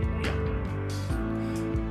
模样。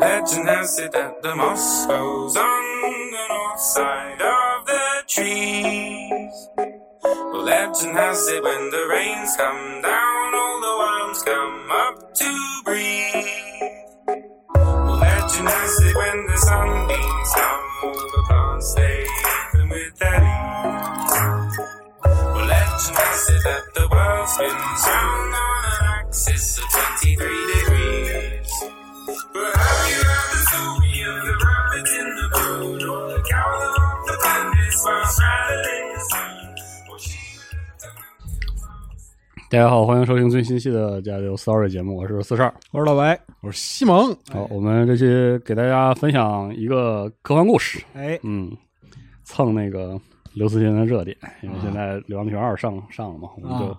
Legend has it that the moss grows on the north side of the trees. Well, legend has it when the rains come down, all the worms come up to breathe. Well, legend has it when the sunbeams come, all the plants they open with their leaves. Well, legend has it that the world spins round on an axis of 23 degrees. But have you ever story of the rapids in the road or the cow that walked the bandits while rattling the sun? Or she looked up into the 大家好，欢迎收听最新期的《加油 Story》节目，我是四十二。我是老白，我是西蒙。好，我们这期给大家分享一个科幻故事，哎，嗯，蹭那个刘慈欣的热点，因为现在《流浪地球二》上上了嘛，我们就啊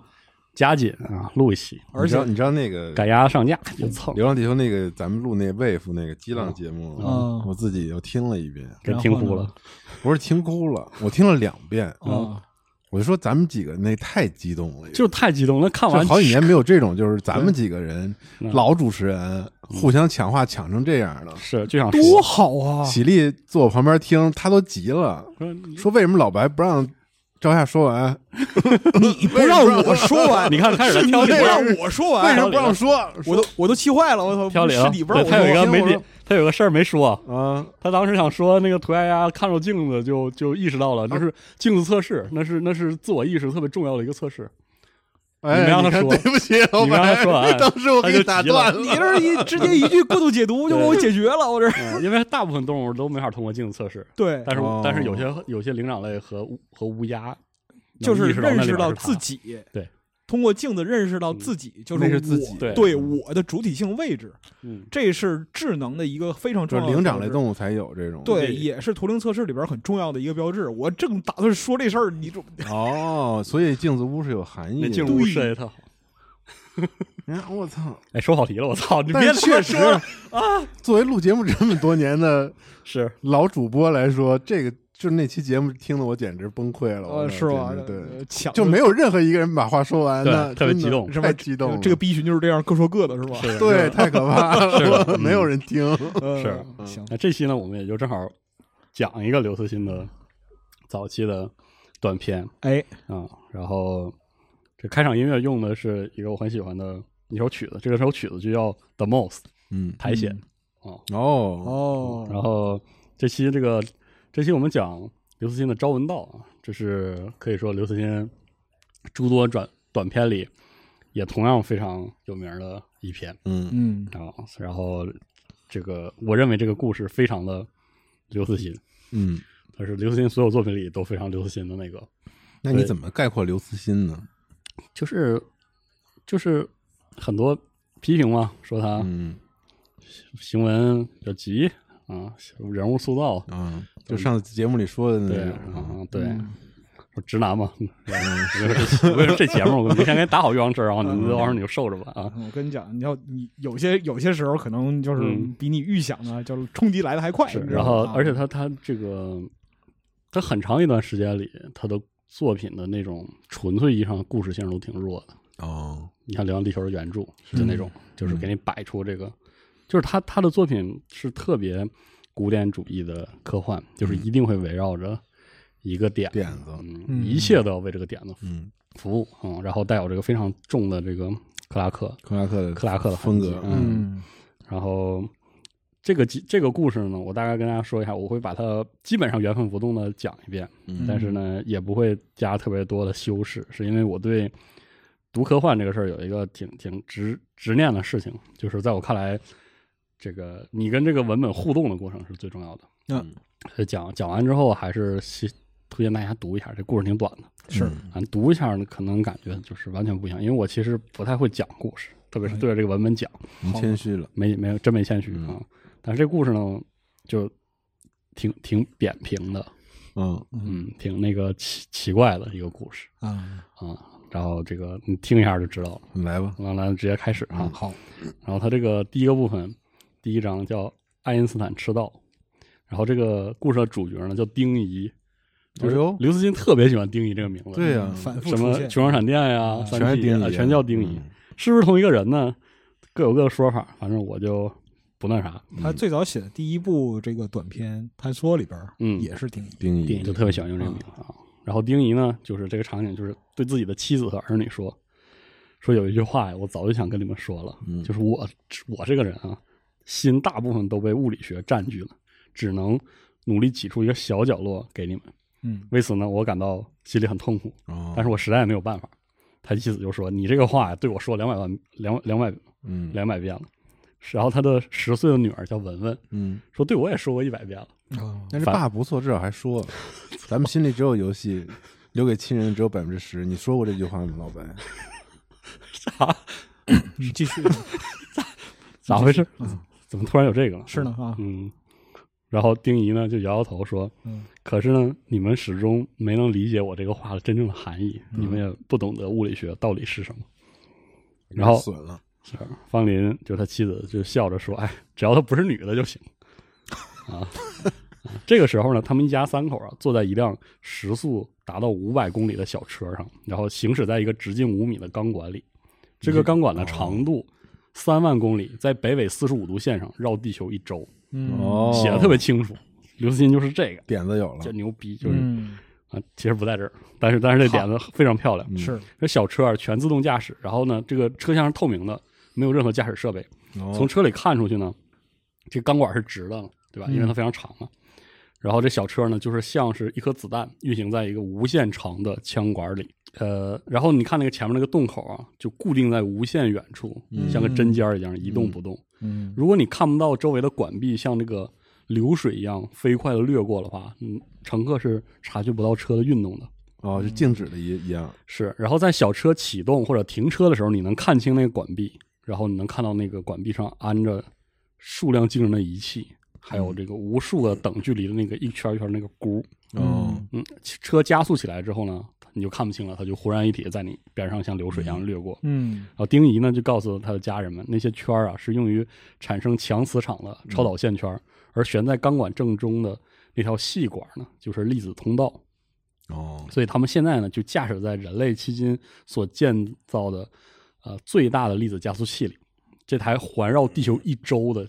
加紧啊录一期，而你知且道，你知道那个赶《鸭上架就蹭，流浪地球》那个咱们录那 wave 那个激哦浪节目，嗯我自己又听了一遍，给听哭了。不是听哭了，我听了两遍。啊，我就说咱们几个那太激动了，嗯就是太激动了，看就完好几年没有这种，就是咱们几个人嗯老主持人互相抢话抢成这样了。是就想多好啊！喜力坐我旁边听，他都急了，说你说为什么老白不让赵夏 说完？ 你不让我说完，你看开始在是你挑不理了让我说为完什，么不让说？我都我都气坏了，我操！挑理了，是你不让对我他有一说，个听没我点说，他有个事儿没说。啊，他当时想说，那个涂鸦鸦看着镜子就就意识到了，就是镜子测试，那是那是自我意识特别重要的一个测试。哎，你没让他看说对不起，老你没让他白，说完当时我给他就你急打了断你这一直接一句过度解读就把我解决了，我这嗯，因为大部分动物都没法通过镜子测试，对，但是、哦但是有些有些灵长类和乌和乌鸦就能是意识到那认里识边到是它自，己，对，通过镜子认识到自己，就那是我自己对对我的主体性位置，嗯，这是智能的一个非常重就是要的灵长类标志动物才有这种啊对，对也是图灵测试里边很重要的一个标志。我正打算说这事儿，你就哦，所以镜子屋是有含义那的。镜屋设计特好。哎我操！哎，说跑题了，我操！你但别是他妈确实啊说了，作为录节目这么多年的是老主播来说，这个就是那期节目听得我简直崩溃了。我呃，是吧简？直哦对，呃，抢就没有任何一个人把话说完对的，特别真的激动是吧太激动了。这个逼群就是这样，各说各的，是吧？是对，太可怕 是的了，嗯没有人听。呃是嗯行，那这期呢，我们也就正好讲一个刘慈欣的早期的短片哎，啊、然后这开场音乐用的是一个我很喜欢的一首曲子，这个首曲子就叫《The Most》嗯，苔藓。嗯哦，哦，然后这期这个这期我们讲刘慈欣的《朝闻道》啊，这是可以说刘慈欣诸多短短片里也同样非常有名的一篇嗯，嗯，啊。然后这个我认为这个故事非常的刘慈欣，嗯，它是刘慈欣所有作品里都非常刘慈欣的那个，那你怎么概括刘慈欣呢？就是就是很多批评嘛，说他嗯行文比较急啊，人物塑造啊，就上次节目里说的对那啊种。，对，我直男嘛， 我跟你说这节目，我明天给你打好预防针，然后你到时候你就受着吧啊。我跟你讲，你要你有些有些时候可能就是嗯比你预想的，就是冲击来的还快。是，你知道然后吗而且他他这个在很长一段时间里，他的作品的那种纯粹意义上的故事性都挺弱的。哦，你像《流浪地球》的原著，就那种，就是嗯给你摆出这个，就是他他的作品是特别古典主义的科幻，就是一定会围绕着一个嗯点，点子，嗯，一切都要为这个点子嗯，服务，嗯，然后带有这个非常重的这个克拉克，克拉克的克拉克的风格痕迹嗯然后这个集这个故事呢，我大概跟大家说一下，我会把它基本上原封不动的讲一遍，嗯但是呢，也不会加特别多的修饰，是因为我对读科幻这个事儿有一个挺挺执执念的事情，就是在我看来，这个你跟这个文本互动的过程是最重要的。嗯，所以讲讲完之后，还是希推荐大家读一下，这故事挺短的。是嗯啊，读一下呢，可能感觉就是完全不一样，因为我其实不太会讲故事，特别是对着这个文本讲，您谦虚了，没没有真没谦虚哎嗯啊。但是这故事呢，就挺挺扁平的，嗯嗯，挺那个奇奇怪的一个故事啊，啊。然后这个你听一下就知道了。你来吧，那咱直接开始啊。好，然后它这个第一个部分，第一章叫爱因斯坦迟到，然后这个故事的主角呢叫丁仪，就是哎呦刘慈欣特别喜欢丁仪这个名字，嗯对呀，反复什出么现《球状闪电》呀，嗯三全是 P 丁啊仪，全叫丁仪，嗯是不是同一个人呢？各有各的说法，反正我就不那啥，他最早写的第一部这个短篇《探索》里边，嗯也是定义，丁丁仪仪就特别喜欢用这个名字啊。然后丁仪呢，就是这个场景，就是对自己的妻子和儿女说，说有一句话呀，我早就想跟你们说了，嗯就是我我这个人啊，心大部分都被物理学占据了，只能努力挤出一个小角落给你们。嗯，为此呢，我感到心里很痛苦，哦但是我实在也没有办法。他妻子就说：“你这个话呀对我说两百万两两百嗯两百遍了。”然后他的十岁的女儿叫文文嗯，说：“对我也说过一百遍了。啊，但是爸不错，至少还说， 咱们心里只有游戏，留给亲人只有百分之十。你说过这句话吗，老白？你继 续咋回事？怎么突然有这个了？是呢哦啊，嗯。然后丁仪呢就摇摇头说：“嗯可是呢，你们始终没能理解我这个话的真正的含义，嗯你们也不懂得物理学到底是什么。”然后损了，是啊方林就是他妻子就笑着说：“哎，只要她不是女的就行。”啊，啊这个时候呢，他们一家三口啊，坐在一辆时速达到五百公里的小车上，然后行驶在一个直径五米的钢管里。这嗯个钢管哦的长度三万公里，在北纬四十五度线上绕地球一周，嗯哦，写的特别清楚。刘慈欣就是这个，点子有了就，牛逼，就是、嗯，啊，其实不在这儿，但是但是这点子非常漂亮。是这小车啊，全自动驾驶，然后呢，这个车厢是透明的，没有任何驾驶设备。哦从车里看出去呢，这钢管是直的，对吧？因嗯为它非常长嘛。然后这小车呢，就是像是一颗子弹运行在一个无限长的枪管里。呃，然后你看那个前面那个洞口啊，就固定在无限远处，像个针尖儿一样一动不动。嗯，如果你看不到周围的管壁像这个流水一样飞快的掠过的话，嗯，乘客是察觉不到车的运动的。哦，就静止的一一样，是，然后在小车启动或者停车的时候，你能看清那个管壁，然后你能看到那个管壁上安着数量惊人的仪器，还有这个无数个等距离的那个一圈一圈那个箍。哦，嗯，其车加速起来之后呢，你就看不清了，它就忽然一体在你边上像流水一样掠过。嗯然后丁仪呢就告诉他的家人们，那些圈儿啊是用于产生强磁场的超导线圈儿，而悬在钢管正中的那条细管呢，就是粒子通道。哦，所以他们现在呢，就驾驶在人类迄今所建造的呃最大的粒子加速器里。这台环绕地球一周的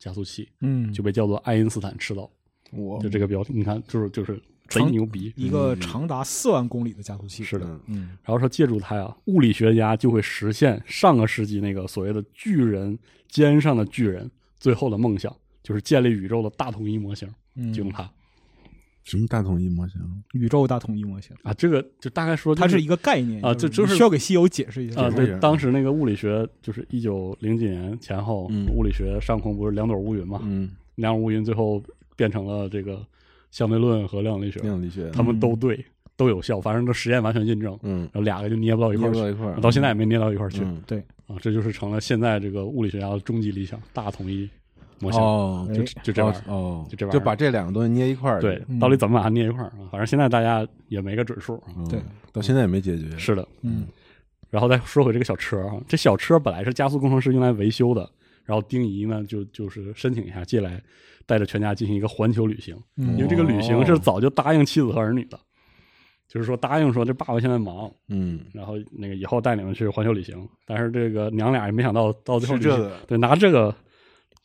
加速器嗯，就被叫做爱因斯坦赤道，我就这个标题，你看，就是就是贼长牛逼。一个长达四万公里的加速嗯器，是的，嗯然后说借助它呀，物理学家就会实现上个世纪那个所谓的巨人肩上的巨人最后的梦想，就是建立宇宙的大统一模型，嗯就用它什么大统一模型？宇宙大统一模型，啊。这个就大概说就，它是一个概念啊就这就是你需要给西游解释一下啊，解释一下对，当时那个物理学就是一九零几年前后，嗯物理学上空不是两朵乌云嘛？嗯，两朵乌云最后变成了这个相对论和量子力学，量子力学，他们都对，都有效，反正这实验完全印证，嗯然后俩个就捏不到一块儿捏不到去，一块儿到现在也没捏到一块儿去、嗯对，啊，这就是成了现在这个物理学家的终极理想——大统一模型，哦，哎就就这玩意儿。哦，嗯就这玩意儿就把这两个东西捏一块儿去，对，到底怎么把它捏一块儿啊？反正现在大家也没个准数啊。嗯对，到现在也没解决，是的，嗯，然后再说回这个小车啊，这小车本来是加速工程师用来维修的，然后丁仪呢就就是申请一下借来，带着全家进行一个环球旅行，嗯因为这个旅行是哦早就答应妻子和儿女的，就是说答应说这爸爸现在忙，嗯，然后那个以后带你们去环球旅行，但是这个娘俩也没想到到最后是旅行这个对拿这个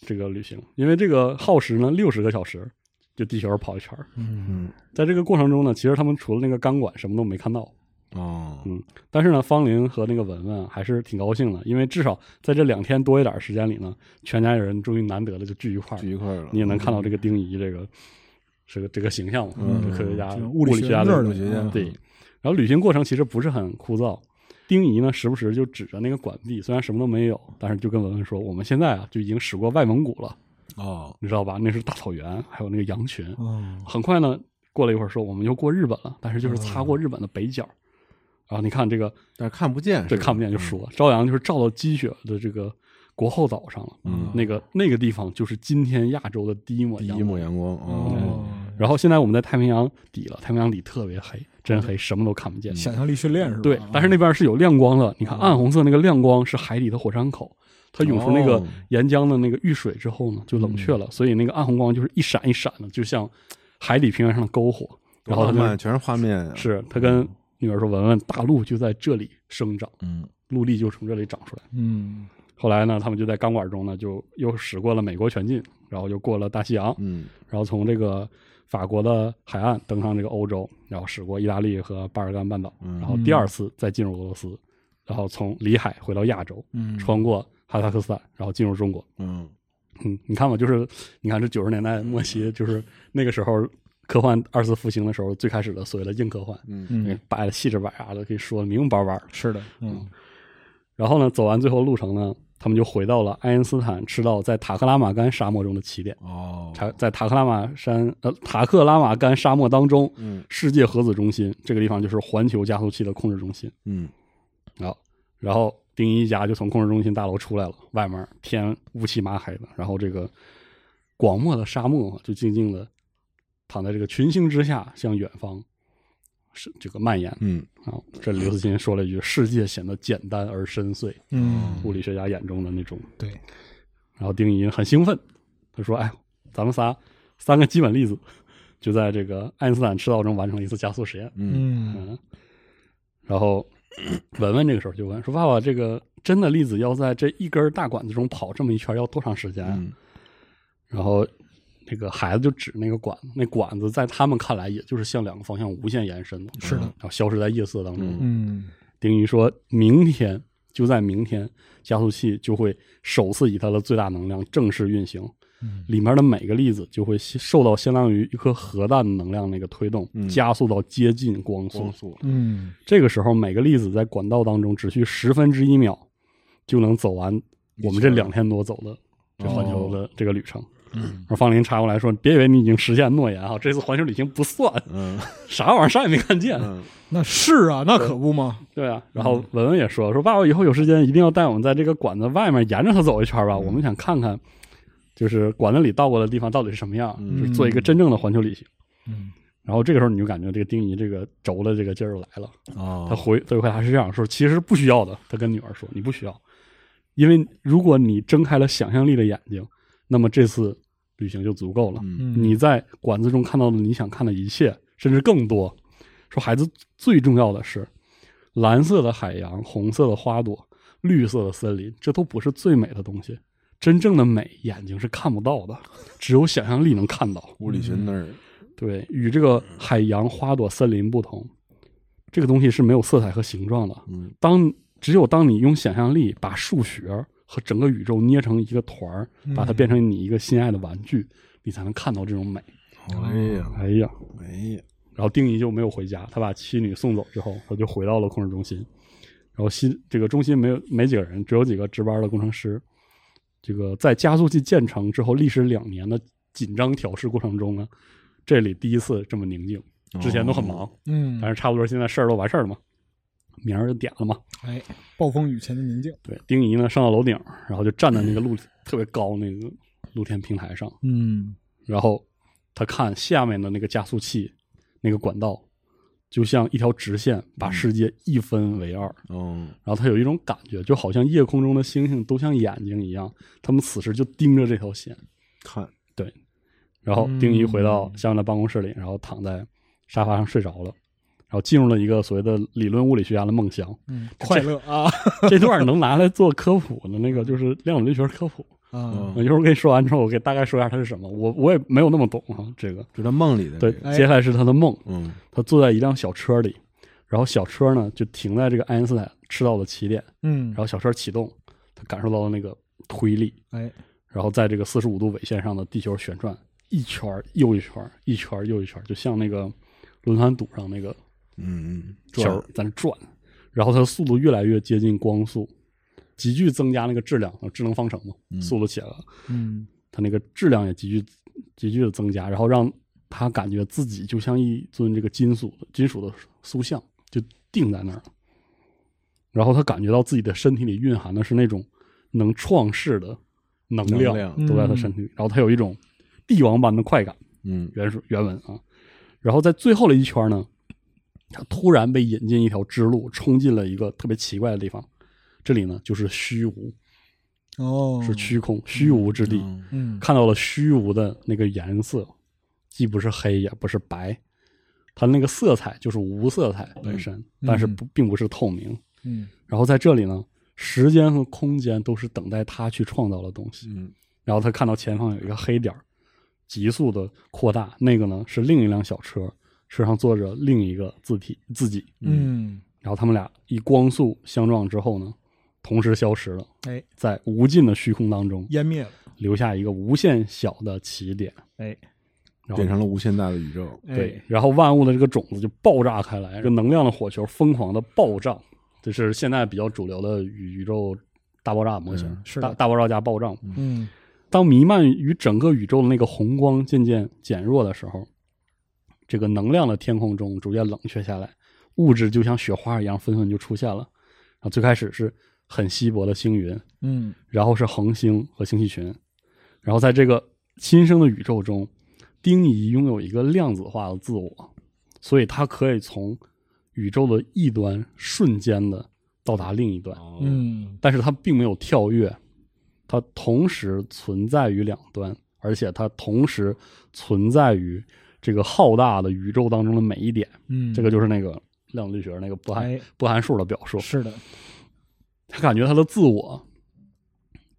这个旅行，因为这个耗时呢六十个小时，就地球跑一圈儿嗯在这个过程中呢，其实他们除了那个钢管什么都没看到，哦，但是呢，方林和那个文文啊还是挺高兴的，因为至少在这两天多一点时间里呢，全家人终于难得的就聚一块儿聚一块儿了，你也能看到这个丁仪这个这个这个形象嘛，嗯这个科学家、这个物物理学学家那的儿物理学家对嗯。然后旅行过程其实不是很枯燥，丁仪呢时不时就指着那个管壁，虽然什么都没有，但是就跟文文说：“我们现在啊就已经驶过外蒙古了，哦，你知道吧？那是大草原，还有那个羊群。嗯，很快呢，过了一会儿说我们又过日本了，但是就是擦过日本的北角。然后你看这个，但是看不见，这是吧嗯看不见就说，朝阳就是照到积雪的这个国后岛上了。嗯那个那个地方就是今天亚洲的第一抹第阳一光嗯抹阳光，哦，哦，然后现在我们在太平洋底了，太平洋底特别黑，真黑，什么都看不嗯见。想象力训练是吧？对，但是那边是有亮光的，你看暗红色那个亮光是海底的火山口，它涌出那个哦嗯岩浆的那个遇水之后呢，就冷却了，所以那个暗红光就是一闪一闪的，就像海底平原上的篝哦火。然后他他们就全是画面啊，是他跟女儿说：“文文，大陆就在这里生长，嗯陆地就从这里长出来。”嗯，后来呢，他们就在钢管中呢，就又驶过了美国全境，然后又过了大西洋，嗯然后从这个法国的海岸登上这个欧洲，然后驶过意大利和巴尔干半岛，嗯然后第二次再进入俄罗斯，然后从里海回到亚洲，嗯穿过哈萨克斯坦，然后进入中国。嗯嗯，你看吧，就是你看这九十年代末期，就是那个时候科幻二次复兴的时候，最开始的所谓的硬科幻，嗯嗯，摆的细致摆牙的，可以说得明明白白的。是的，嗯然后呢，走完最后路程呢，他们就回到了爱因斯坦赤道在塔克拉玛干沙漠中的起点。哦，塔在塔克拉玛山呃塔克拉玛干沙漠当中，嗯世界核子中心这个地方就是环球加速器的控制中心。嗯好，然后丁一一家就从控制中心大楼出来了，外面天乌漆麻黑的，然后这个广漠的沙漠就静静的躺在这个群星之下，向远方是这个蔓延。嗯啊，这刘慈欣说了一句：“世界显得简单而深邃。”嗯，物理学家眼中的那种。对，然后丁仪很兴奋，他说：“哎，咱们仨三个基本粒子就在这个爱因斯坦赤道中完成了一次加速实验。嗯嗯”然后文文这个时候就问说：“爸爸，这个真的粒子要在这一根大管子中跑这么一圈要多长时间啊？”嗯然后那个孩子就指那个管子，那管子在他们看来也就是向两个方向无限延伸的，是的然后消失在夜色当中。嗯嗯丁仪说明天就在明天，加速器就会首次以它的最大能量正式运行，嗯里面的每个粒子就会受到相当于一颗核弹能量那个推动，嗯加速到接近光速。光速，嗯这个时候，每个粒子在管道当中只需十分之一秒，就能走完我们这两天多走的这环球的这个旅程。嗯而方林插过来说：“别以为你已经实现诺言啊，这次环球旅行不算，嗯 啥玩意儿啥也没看见。嗯那是啊，那可不嘛，对啊，然后文文也说说爸爸以后有时间一定要带我们在这个馆子外面沿着它走一圈吧，嗯我们想看看，就是馆子里到过的地方到底是什么样，嗯就是做一个真正的环球旅行。嗯然后这个时候你就感觉这个丁仪这个轴的这个劲儿来了，哦，他回他回答是这样说，其实不需要的，他跟女儿说你不需要，因为如果你睁开了想象力的眼睛，那么这次旅行就足够了。嗯嗯，你在馆子中看到的你想看的一切，甚至更多。说孩子最重要的是，蓝色的海洋、红色的花朵、绿色的森林，这都不是最美的东西。真正的美，眼睛是看不到的，只有想象力能看到。物理学那儿，对，与这个海洋、花朵、森林不同，这个东西是没有色彩和形状的。嗯当只有当你用想象力把数学和整个宇宙捏成一个团儿，把嗯它变成你一个心爱的玩具，你才能看到这种美。哎呀哎呀，哎呀，然后丁仪就没有回家，他把妻女送走之后，他就回到了控制中心。然后新这个中心没有没几个人，只有几个值班的工程师。这个在加速器建成之后，历时两年的紧张调试过程中呢，这里第一次这么宁静，之前都很忙，嗯，但是差不多现在事儿都完事儿了嘛，明儿就点了嘛。哎，暴风雨前的宁静，对，丁仪呢上到楼顶，然后就站在那个露、特别高那个露天平台上，嗯然后他看下面的那个加速器那个管道，就像一条直线把世界一分为二。嗯，然后他有一种感觉，就好像夜空中的星星都像眼睛一样，他们此时就盯着这条线。看，然后丁一回到夏面的办公室里，然后躺在沙发上睡着了，然后进入了一个所谓的理论物理学家的梦乡。嗯，快乐 啊这段能拿来做科普的那个就是量子力学科普。啊！一会儿我跟你说完之后，我给大概说一下它是什么。我我也没有那么懂啊，这个。就他梦里的对这，个哎接下来是他的梦，嗯他坐在一辆小车里，然后小车呢就停在这个爱因斯坦赤道的起点，嗯，然后小车启动，他感受到了那个推力，哎，然后在这个四十五度纬线上的地球旋转一圈儿又一圈儿，一圈儿又一圈儿，就像那个轮船赌上那个嗯嗯，球儿在那转，然后它的速度越来越接近光速，急剧增加那个质量，呃智能方程嘛，速度起来了，嗯它那个质量也急剧急剧的增加，然后让他感觉自己就像一尊这个金属的金属的塑像，就定在那儿了。然后他感觉到自己的身体里蕴含的是那种能创世的能能量，量都在他身体里。然后他有一种帝王般的快感。嗯原书原文啊。然后在最后的一圈呢，他突然被引进一条支路，冲进了一个特别奇怪的地方。这里呢，就是虚无，哦，是虚空、虚无之地。嗯嗯看到了虚无的那个颜色，既不是黑也不是白，它那个色彩就是无色彩本身，但是不并不是透明。嗯然后在这里呢，时间和空间都是等待他去创造的东西。嗯然后他看到前方有一个黑点儿急速的扩大，那个呢是另一辆小车，车上坐着另一个字体自己。嗯，然后他们俩以光速相撞之后呢，同时消失了，哎，在无尽的虚空当中湮灭了，留下一个无限小的起点。哎然后嗯变成了无限大的宇宙，对哎，，然后万物的这个种子就爆炸开来，这个能量的火球疯狂的暴胀，这是现在比较主流的宇宇宙大爆炸模型，嗯是的大大爆炸加暴胀。嗯当弥漫于整个宇宙的那个红光渐渐减弱的时候，这个能量的天空中逐渐冷却下来，物质就像雪花一样纷纷就出现了。啊，最开始是很稀薄的星云，嗯然后是恒星和星系群，然后在这个新生的宇宙中，丁仪拥有一个量子化的自我，所以他可以从宇宙的一端瞬间的到达另一端。哦嗯但是它并没有跳跃，它同时存在于两端，而且它同时存在于这个浩大的宇宙当中的每一点。嗯，这个就是那个量子力学那个不含、哎不函数的表述。是的，他感觉他的自我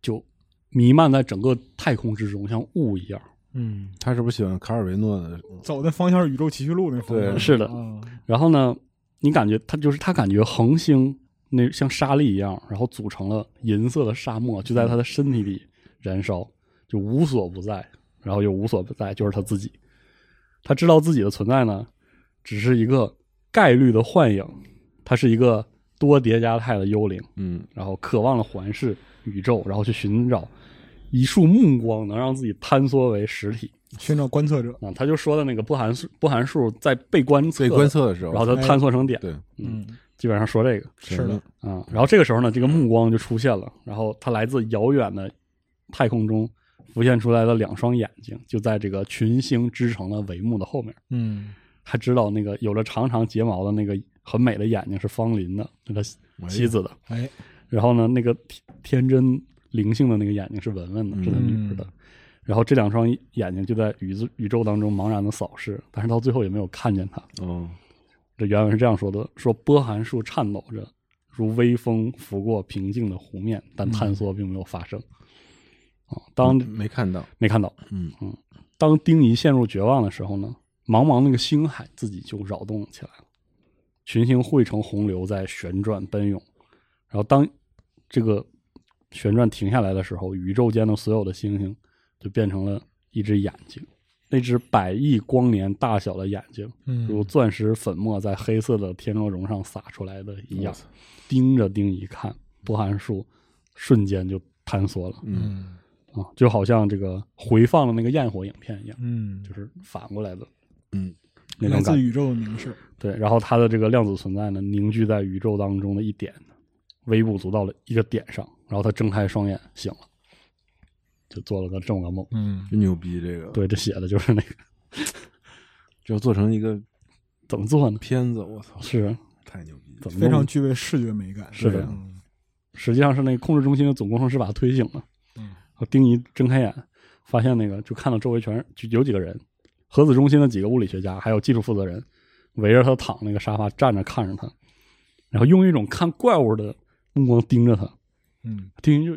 就弥漫在整个太空之中，像雾一样。嗯，他是不是喜欢卡尔维诺的？走的方向是宇宙奇趣录那方向，对是的啊然后呢，你感觉他就是他感觉恒星那像沙粒一样，然后组成了银色的沙漠，就在他的身体里燃烧，就无所不在，然后又无所不在，就是他自己。他知道自己的存在呢，只是一个概率的幻影，他是一个多叠加态的幽灵，嗯然后渴望了环视宇宙，然后去寻找一束目光能让自己坍缩为实体。寻找观测者，啊，他就说的那个波函数，波函数在被观测，被观测的时候哎然后它探索成点，对，嗯，基本上说这个是的，啊、然后这个时候呢，这个目光就出现了，然后它来自遥远的太空中浮现出来的两双眼睛，就在这个群星织成了帷幕的后面。嗯他知道那个有着长长睫毛的那个很美的眼睛是方林的，是他妻子的。哎，然后呢，那个天天真灵性的那个眼睛是文文的，是他女儿的。然后这两双眼睛就在宇宙宇宙当中茫然的扫视，但是到最后也没有看见他。哦，这原文是这样说的：说波函数颤抖着，如微风拂过平静的湖面，但坍缩并没有发生。啊、当、没看到，没看到，嗯当丁仪陷入绝望的时候呢，茫茫那个星海自己就扰动起来了，群星汇成洪流在旋转奔涌，然后当这个旋转停下来的时候，宇宙间的所有的星星就变成了一只眼睛，那只百亿光年大小的眼睛，嗯如钻石粉末在黑色的天鹅绒上洒出来的一样，盯着丁仪看，波函数瞬间就坍缩了。嗯啊，就好像这个回放的那个焰火影片一样，嗯，就是反过来的嗯，那来种感自觉。宇宙的凝视，对，然后它的这个量子存在呢，凝聚在宇宙当中的一点，微不足道的一个点上，然后他睁开双眼醒了，就做了个这么个梦。嗯真牛逼，这个对，这写的就是那个，就做成一个怎么做呢？片子，我操，是啊太牛逼了！怎么非弄常呢具备视觉美感。是的嗯，实际上是那个控制中心的总工程师把他推醒了。嗯，丁仪睁开眼，发现那个就看到周围全是就有几个人，核子中心的几个物理学家还有技术负责人围着他躺那个沙发站着看着他，然后用一种看怪物的目光盯着他。嗯，丁仪就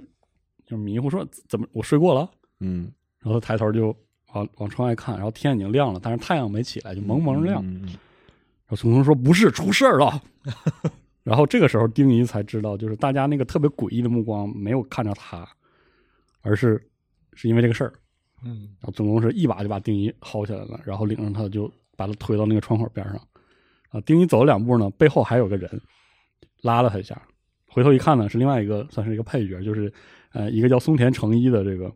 就迷糊说：“怎么我睡过了嗯，？”然后他抬头就往往窗外看，然后天已经亮了，但是太阳没起来，就蒙蒙亮。嗯，嗯嗯然后总工说不是，出事儿了。 然后这个时候丁仪才知道，就是大家那个特别诡异的目光没有看着他，而是是因为这个事儿。嗯，然后总工是一把就把丁仪薅起来了，然后领着他就把他推到那个窗口边上。啊，丁仪走了两步呢，背后还有个人拉了他一下，回头一看呢，是另外一个算是一个配角，就是呃一个叫松田诚一的这个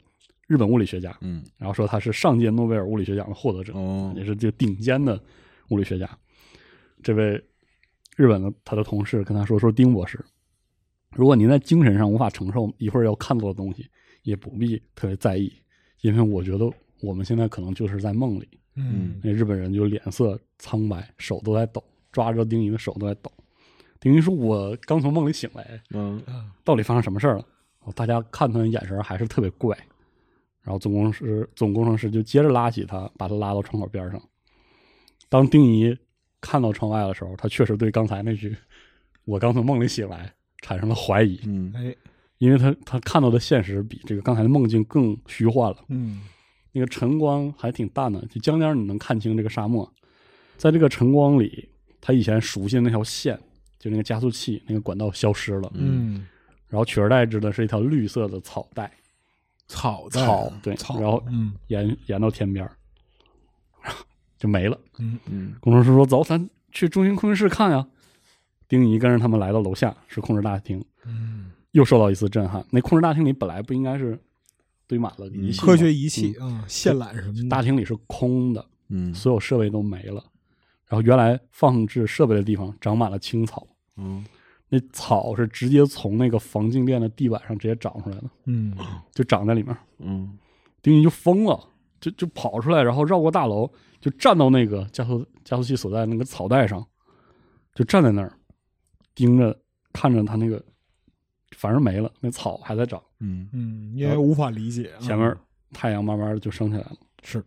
日本物理学家，嗯，然后说他是上届诺贝尔物理学奖的获得者。哦也，是这个顶尖的物理学家。这位日本的他的同事跟他说：“说丁博士，如果您在精神上无法承受一会儿要看到的东西，也不必特别在意，因为我觉得我们现在可能就是在梦里。”嗯，那日本人就脸色苍白，手都在抖，抓着丁仪的手都在抖。丁仪说：“我刚从梦里醒来，嗯，到底发生什么事儿了？哦大家看他的眼神还是特别怪。然后总工程师总工程师就接着拉起他，把他拉到窗口边上。当丁仪看到窗外的时候，他确实对刚才那句“我刚从梦里醒来”产生了怀疑，嗯，哎，因为他他看到的现实比这个刚才的梦境更虚幻了。嗯，那个晨光还挺淡的，就江边你能看清这个沙漠。在这个晨光里，他以前熟悉的那条线，就那个加速器那个管道消失了。嗯，然后取而代之的是一条绿色的草带，嗯草在草对，草，然后嗯沿沿到天边儿，就没了。嗯嗯，工程师说：“走，咱去中心控制室看呀。”丁仪跟着他们来到楼下，是控制大厅，嗯，又受到一次震撼。那控制大厅里本来不应该是堆满了仪器吗，科学仪器啊，线缆什么的，嗯大厅里是空的，嗯，所有设备都没了。然后原来放置设备的地方长满了青草，嗯，那草是直接从那个防静电的地板上直接长出来的，嗯就长在里面。嗯，丁仪就疯了，就就跑出来，然后绕过大楼，就站到那个加速加速器所在那个草带上，就站在那儿盯着看着他那个，反正没了，那草还在长，嗯，嗯，因为无法理解啊，前面太阳慢慢的就升起来了，是，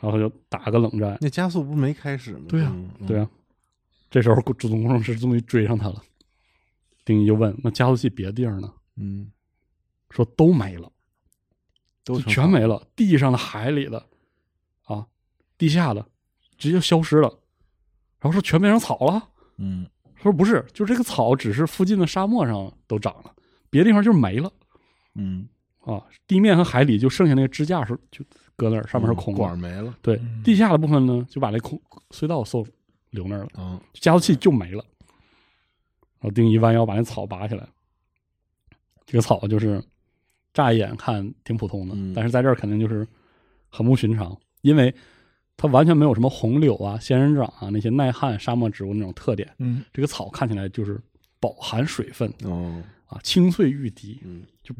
然后他就打个冷战，那加速不没开始吗？对呀嗯对，啊，这时候主动工程师终于追上他了，丁仪就问：“那加速器别地儿呢嗯，？”说都没了，都就成全没了，地上的、海里的，啊，地下的，直接消失了。然后说全变成草了，嗯，他说不是，就这个草只是附近的沙漠上都长了，别的地方就是没了嗯，啊。地面和海里就剩下那个支架是就搁那儿，上面是空的。管儿没了，对嗯，地下的部分呢，就把那空隧道送留那儿了，嗯，加速器就没了。然后丁一弯腰把那草拔起来，这个草就是乍一眼看挺普通的，嗯但是在这儿肯定就是很不寻常，因为它完全没有什么红柳啊、仙人掌啊那些耐旱沙漠植物那种特点。嗯这个草看起来就是饱含水分哦，啊，青翠欲滴，嗯，就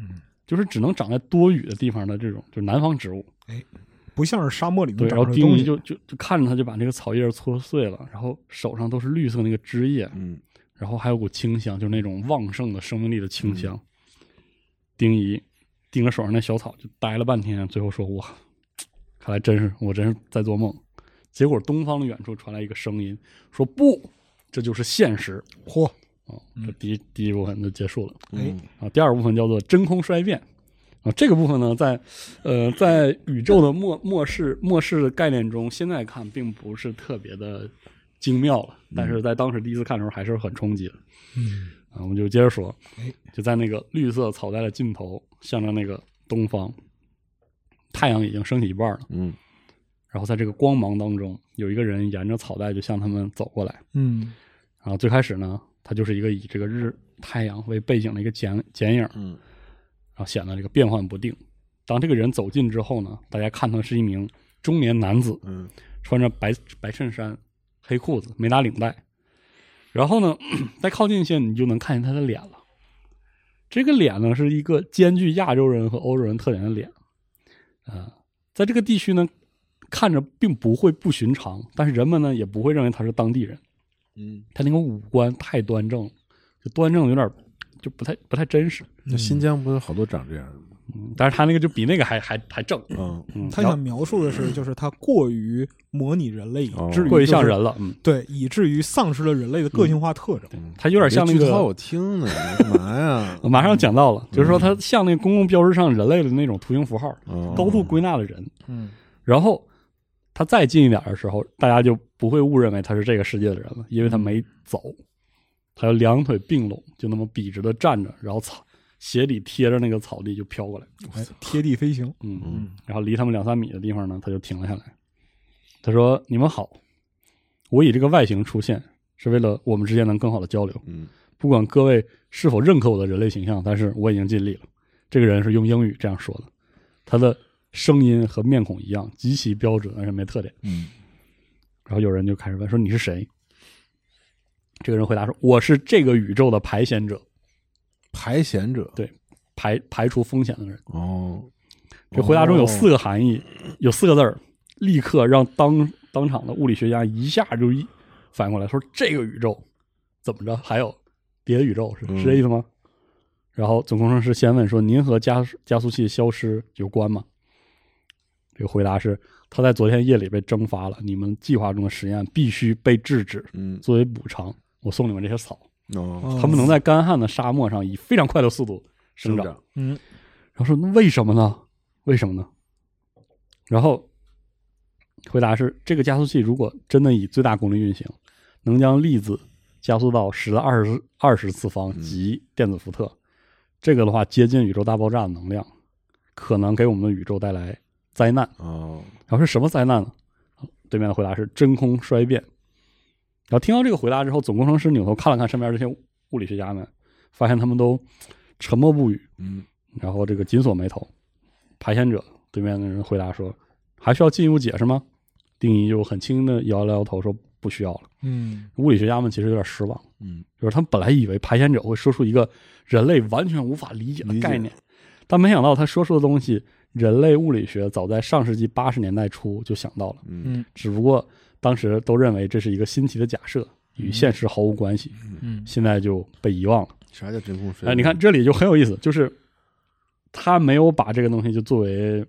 就是只能长在多雨的地方的这种就是南方植物。不像是沙漠里对，面然后长的丁东仪西，就就就看着他，就把那个草叶搓碎了，然后手上都是绿色的那个枝叶，嗯，然后还有股清香，就是那种旺盛的生命力的清香。丁仪盯着手上那小草就呆了半天，最后说：“哇，看来真是我真是在做梦。”结果东方的远处传来一个声音，说：“不，这就是现实。嚯，”哦，这第一、第一部分就结束了。嗯哎，啊，第二部分叫做真空衰变。啊，这个部分呢，在呃，在宇宙的末末世末世的概念中，现在看并不是特别的精妙了，但是在当时第一次看的时候还是很冲击的。嗯啊，我们就接着说哎，就在那个绿色草带的尽头，向着那个东方，太阳已经升起一半了。嗯，然后在这个光芒当中，有一个人沿着草带就向他们走过来。嗯然后最开始呢，他就是一个以这个日太阳为背景的一个剪剪影，嗯，然后显得这个变幻不定。当这个人走近之后呢，大家看他是一名中年男子，嗯，穿着白白衬衫、黑裤子，没打领带。然后呢， 再靠近一些，你就能看见他的脸了。这个脸呢，是一个呃兼具亚洲人和欧洲人特点的脸。啊、在这个地区呢，看着并不会不寻常，但是人们呢也不会认为他是当地人。嗯，他那个五官太端正了，就端正有点儿就不太不太真实。那新疆不是好多长这样的吗？嗯但是他那个就比那个还还还正，嗯，嗯，他然想后描述的是，就是他过于模拟人类，以哦至于过于就是像人了，嗯，对，以至于丧失了人类的个性化特征。他有点像那别剧透个，？嗯我听呢，你干嘛呀马上讲到了，就是说他像那个公共标志上人类的那种图形符号，嗯 高度归纳了人。嗯，然后他再近一点的时候，大家就不会误认为他是这个世界的人了，因为他没走，他就两腿并拢，就那么笔直的站着，然后草鞋底贴着那个草地就飘过来，哎贴地飞行，嗯，然后离他们两三米的地方呢，他就停了下来。他说：“你们好，我以这个外形出现是为了我们之间能更好的交流。嗯不管各位是否认可我的人类形象，但是我已经尽力了。”这个人是用英语这样说的，他的声音和面孔一样，极其标准，而且没特点。嗯然后有人就开始问说：“你是谁？”这个人回答说：“我是这个宇宙的排险者，排险者对，排排除风险的人。”哦，这回答中有四个含义，有四个字儿，立刻让当当场的物理学家一下就一反应过来，说这个宇宙怎么着？还有别的宇宙是嗯是这意思吗？然后总工程师先问说：“您和加速加速器消失有关吗？”这个回答是：他在昨天夜里被蒸发了，你们计划中的实验必须被制止。嗯作为补偿，我送你们这些草，哦，它们能在干旱的沙漠上以非常快的速度生长。长嗯然后说那为什么呢？为什么呢？然后回答是：这个加速器如果真的以最大功率运行，能将粒子加速到十的二十二十次方级电子伏特，这个的话接近宇宙大爆炸的能量，可能给我们的宇宙带来灾难。哦，然后是什么灾难呢？对面的回答是真空衰变。然后听到这个回答之后，总工程师扭头看了看身边这些物理学家们，发现他们都沉默不语，嗯然后这个紧锁眉头。排险者对面的人回答说：“还需要进一步解释吗？”丁仪就很轻的摇了摇头说：“不需要了。嗯”物理学家们其实有点失望，嗯，就是他们本来以为排险者会说出一个人类完全无法理解的理解概念，但没想到他说出的东西，人类物理学早在上世纪八十年代初就想到了。嗯只不过当时都认为这是一个新奇的假设，与现实毫无关系，嗯现在就被遗忘了。啥叫真空水？哎，你看这里就很有意思，就是他没有把这个东西就作为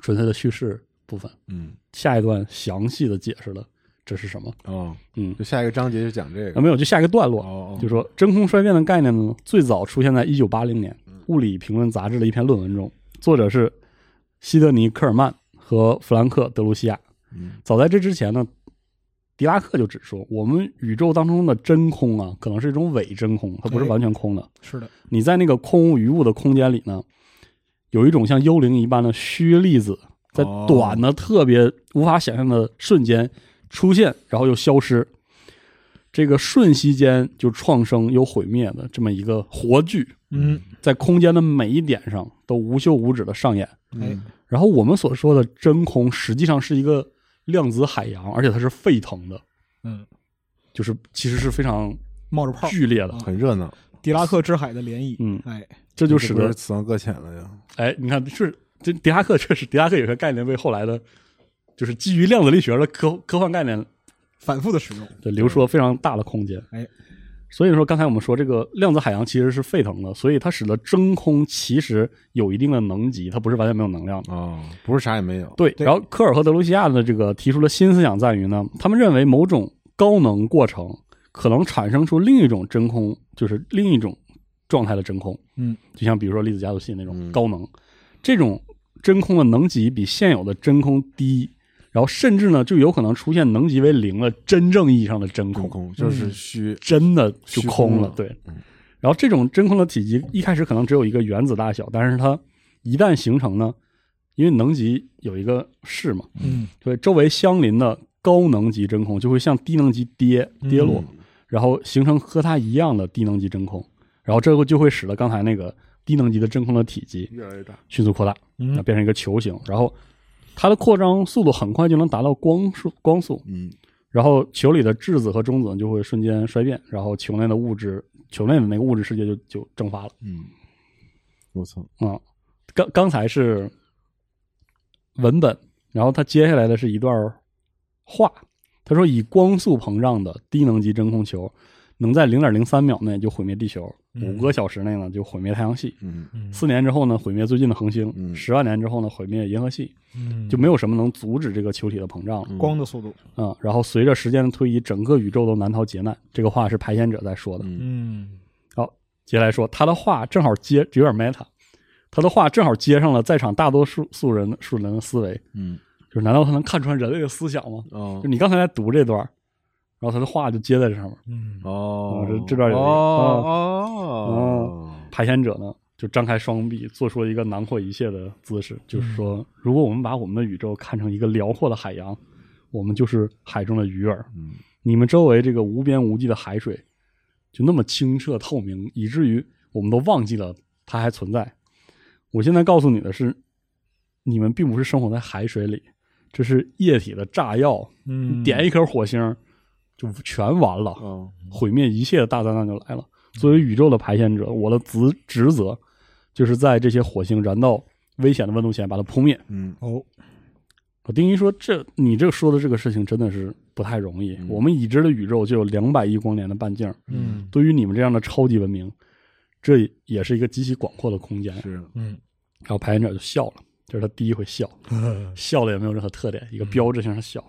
纯粹的叙事部分，嗯下一段详细的解释了这是什么。哦，嗯，就下一个章节就讲这啊，个没有，就下一个段落，哦哦就说真空衰变的概念呢，最早出现在一九八零年《物理评论》杂志的一篇论文中，作者是西德尼·科尔曼和弗兰克·德鲁西亚。嗯早在这之前呢，狄拉克就指出，我们宇宙当中的真空啊，可能是一种伪真空，它不是哎完全空的。是的，你在那个空无一物的空间里呢，有一种像幽灵一般的虚粒子，在哦短的、特别无法想象的瞬间出现，然后又消失。这个瞬息间就创生又毁灭的这么一个活剧，嗯在空间的每一点上都无休无止的上演。哎然后我们所说的真空，实际上是一个量子海洋，而且它是沸腾的，嗯，就是其实是非常冒着泡儿，剧烈的。很热闹，狄拉克之海的涟漪，嗯哎，这就使不得是，死亡搁浅了呀？哎，你看，是这狄拉克确实，狄拉克有些概念被后来的，就是基于量子力学的科科幻概念反复的使用，的流出了非常大的空间。哎，所以说刚才我们说这个量子海洋其实是沸腾的，所以它使得真空其实有一定的能级，它不是完全没有能量的。哦，不是啥也没有，对，对然后科尔和德鲁西亚的这个提出了新思想在于呢，他们认为某种高能过程可能产生出另一种真空，就是另一种状态的真空。嗯，就像比如说粒子加速器那种嗯高能，这种真空的能级比现有的真空低，然后甚至呢就有可能出现能级为零的真正意义上的真空，真空就是虚，真的就虚空空了。了对嗯，然后这种真空的体积一开始可能只有一个原子大小，但是它一旦形成呢，因为能级有一个势嘛。嗯对，周围相邻的高能级真空就会向低能级跌跌落，然后形成和它一样的低能级真空，然后这个就会使得刚才那个低能级的真空的体积越来越大，迅速扩大，嗯那变成一个球形，然后它的扩张速度很快就能达到光速光速，嗯然后球里的质子和中子就会瞬间衰变，然后球内的物质，球内的那个物质世界就就蒸发了。嗯，我操，啊、刚刚才是文本然后他接下来的是一段话，他说：“以光速膨胀的低能级真空球，能在零点零三秒内就毁灭地球，嗯五个小时内呢就毁灭太阳系，嗯嗯四年之后呢毁灭最近的恒星，嗯十万年之后呢毁灭银河系，嗯就没有什么能阻止这个球体的膨胀了。嗯光的速度，嗯，然后随着时间的推移，整个宇宙都难逃劫难。这个话是排险者在说的。嗯嗯好，接下来说他的话正好接，有点 meta，他的话正好接上了在场大多数数人数人的思维，嗯就是难道他能看穿人类的思想吗？哦就你刚才在读这段，然后他的话就接在这上面。嗯哦我啊这这段有一个啊哦排险者呢就张开双臂，做出了一个囊括一切的姿势，就是说，如果我们把我们的宇宙看成一个辽阔的海洋，我们就是海中的鱼儿。嗯你们周围这个无边无际的海水就那么清澈透明，以至于我们都忘记了它还存在。我现在告诉你的是，你们并不是生活在海水里，这是液体的炸药，嗯，点一颗火星就全完了。哦毁灭一切的大灾难就来了。作为宇宙的排险者，我的职职责就是在这些火星燃到危险的温度前把它扑灭。嗯哦，我丁一说：“这你这说的这个事情真的是不太容易。我们已知的宇宙就有两百亿光年的半径，嗯对于你们这样的超级文明，这也是一个极其广阔的空间。”是嗯，然后排险者就笑了，这是他第一回笑，嗯 笑了也没有任何特点，一个标志性的笑，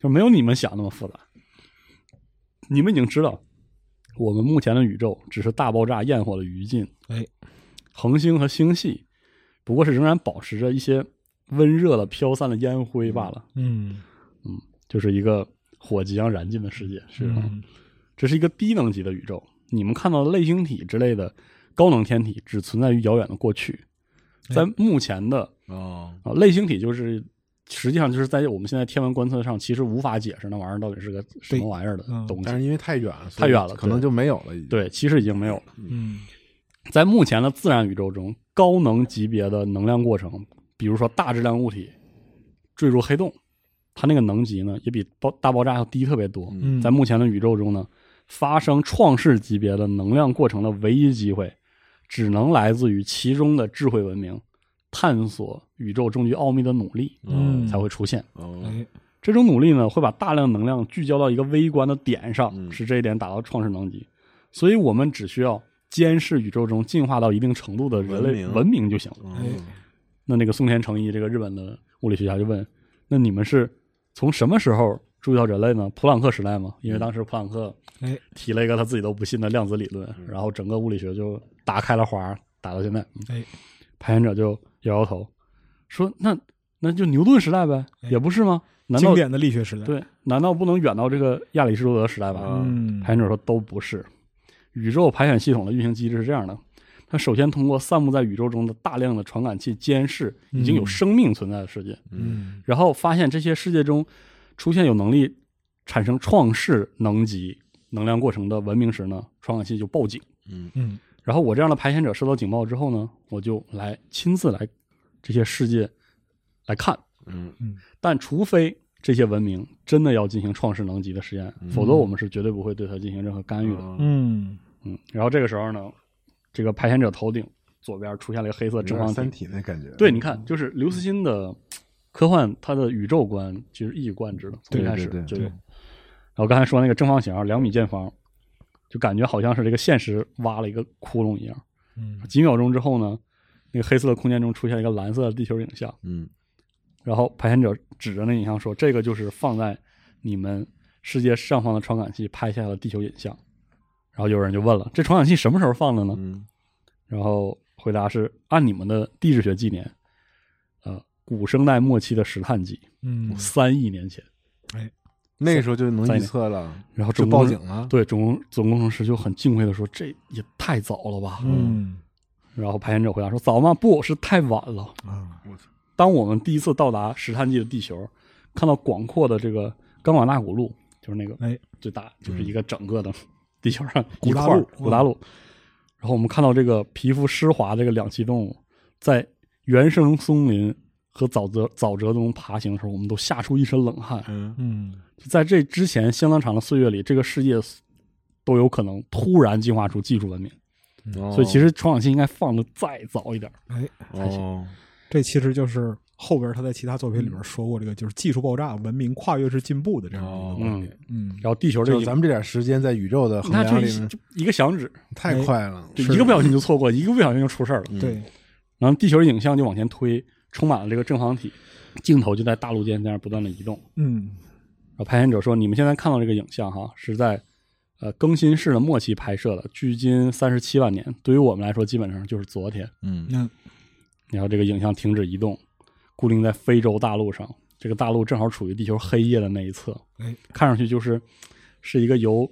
就没有你们想那么复杂。你们已经知道，我们目前的宇宙只是大爆炸焰火的余烬，哎，恒星和星系不过是仍然保持着一些温热的飘散的烟灰罢了，嗯就是一个火即将燃尽的世界。是啊吧嗯这是一个低能级的宇宙，你们看到的类星体之类的高能天体只存在于遥远的过去，哎在目前的哦啊，类星体就是实际上就是在我们现在天文观测上，其实无法解释那玩意儿到底是个什么玩意儿的嗯东西。但是因为太远了，太远了所以可能对就没有了。已经，对，其实已经没有了。嗯在目前的自然宇宙中，高能级别的能量过程，比如说大质量物体坠入黑洞，它那个能级呢也比爆大爆炸要低特别多。嗯，在目前的宇宙中呢，发生创世级别的能量过程的唯一机会，只能来自于其中的智慧文明探索宇宙终极奥秘的努力嗯才会出现。哦哎这种努力呢，会把大量能量聚焦到一个微观的点上，嗯使这一点达到创世能级。所以我们只需要监视宇宙中进化到一定程度的人类文明就行了。哦那那个松田诚一这个日本的物理学家就问：那你们是从什么时候注意到人类呢？普朗克时代吗？因为当时普朗克哎提了一个他自己都不信的量子理论，嗯然后整个物理学就打开了花，打到现在。嗯哎，排险者就摇摇头说：那那就牛顿时代呗，哎也不是吗？难经道典的力学时代，，对，难道不能远到这个亚里士多德时代吧？啊嗯，排选者说都不是。宇宙排选系统的运行机制是这样的：它首先通过散布在宇宙中的大量的传感器监视已经有嗯生命存在的世界，嗯然后发现这些世界中出现有能力产生创世能级能量过程的文明时呢，传感器就报警。嗯然后我这样的排险者收到警报之后呢，我就来亲自来这些世界来看。嗯但除非这些文明真的要进行创世能级的实验，否则我们是绝对不会对它进行任何干预的。嗯嗯嗯，然后这个时候呢，这个排险者头顶左边出现了一个黑色有正点方三体。体那嗯感觉。对，你看，就是刘慈欣的科幻，他的宇宙观其实一以贯之的，从一对开对始对就有。对然后刚才说那个正方形两米见方，就感觉好像是这个现实挖了一个窟窿一样。嗯几秒钟之后呢，那个黑色的空间中出现一个蓝色的地球影像，嗯然后排险者指着那影像说：“这个就是放在你们世界上方的传感器拍下的地球影像。”然后有人就问了：“这传感器什么时候放的呢？”嗯然后回答是：“按你们的地质学纪年，呃，古生代末期的石炭纪，嗯三亿年前。那个时候就能预测了，”然后就总报工警啊了。对，总工总工程师就很敬畏的说：“这也太早了吧？”嗯然后排险者回答说：“早吗？不是太晚了。”啊当我们第一次到达石炭纪的地球，看到广阔的这个冈瓦纳古路，就是那个哎最大，就是一个整个的地球上古一大块儿陆古大陆。然后我们看到这个皮肤湿滑的这个两栖动物，在原生松林和沼泽沼泽中爬行的时候，我们都吓出一身冷汗。嗯嗯在这之前相当长的岁月里，这个世界都有可能突然进化出技术文明，哦所以其实传感器应该放的再早一点儿。哎，哦行这其实就是后边他在其他作品里面说过这个，就是技术爆炸、文明跨越式进步的这样哦的一个观点。嗯，然后地球这哦就个咱们这点时间在宇宙的衡那就量里一面就一个响指，太快了，就是一个的不小心就错过，一个不小心就出事儿了。对，然后地球影像就往前推，充满了这个正方体，镜头就在大陆间这样不断的移动。嗯然后排险者说：“你们现在看到这个影像哈，是在呃更新世的末期拍摄的，距今三十七万年，对于我们来说基本上就是昨天。嗯那然后这个影像停止移动，固定在非洲大陆上。这个大陆正好处于地球黑夜的那一侧，哎看上去就是是一个由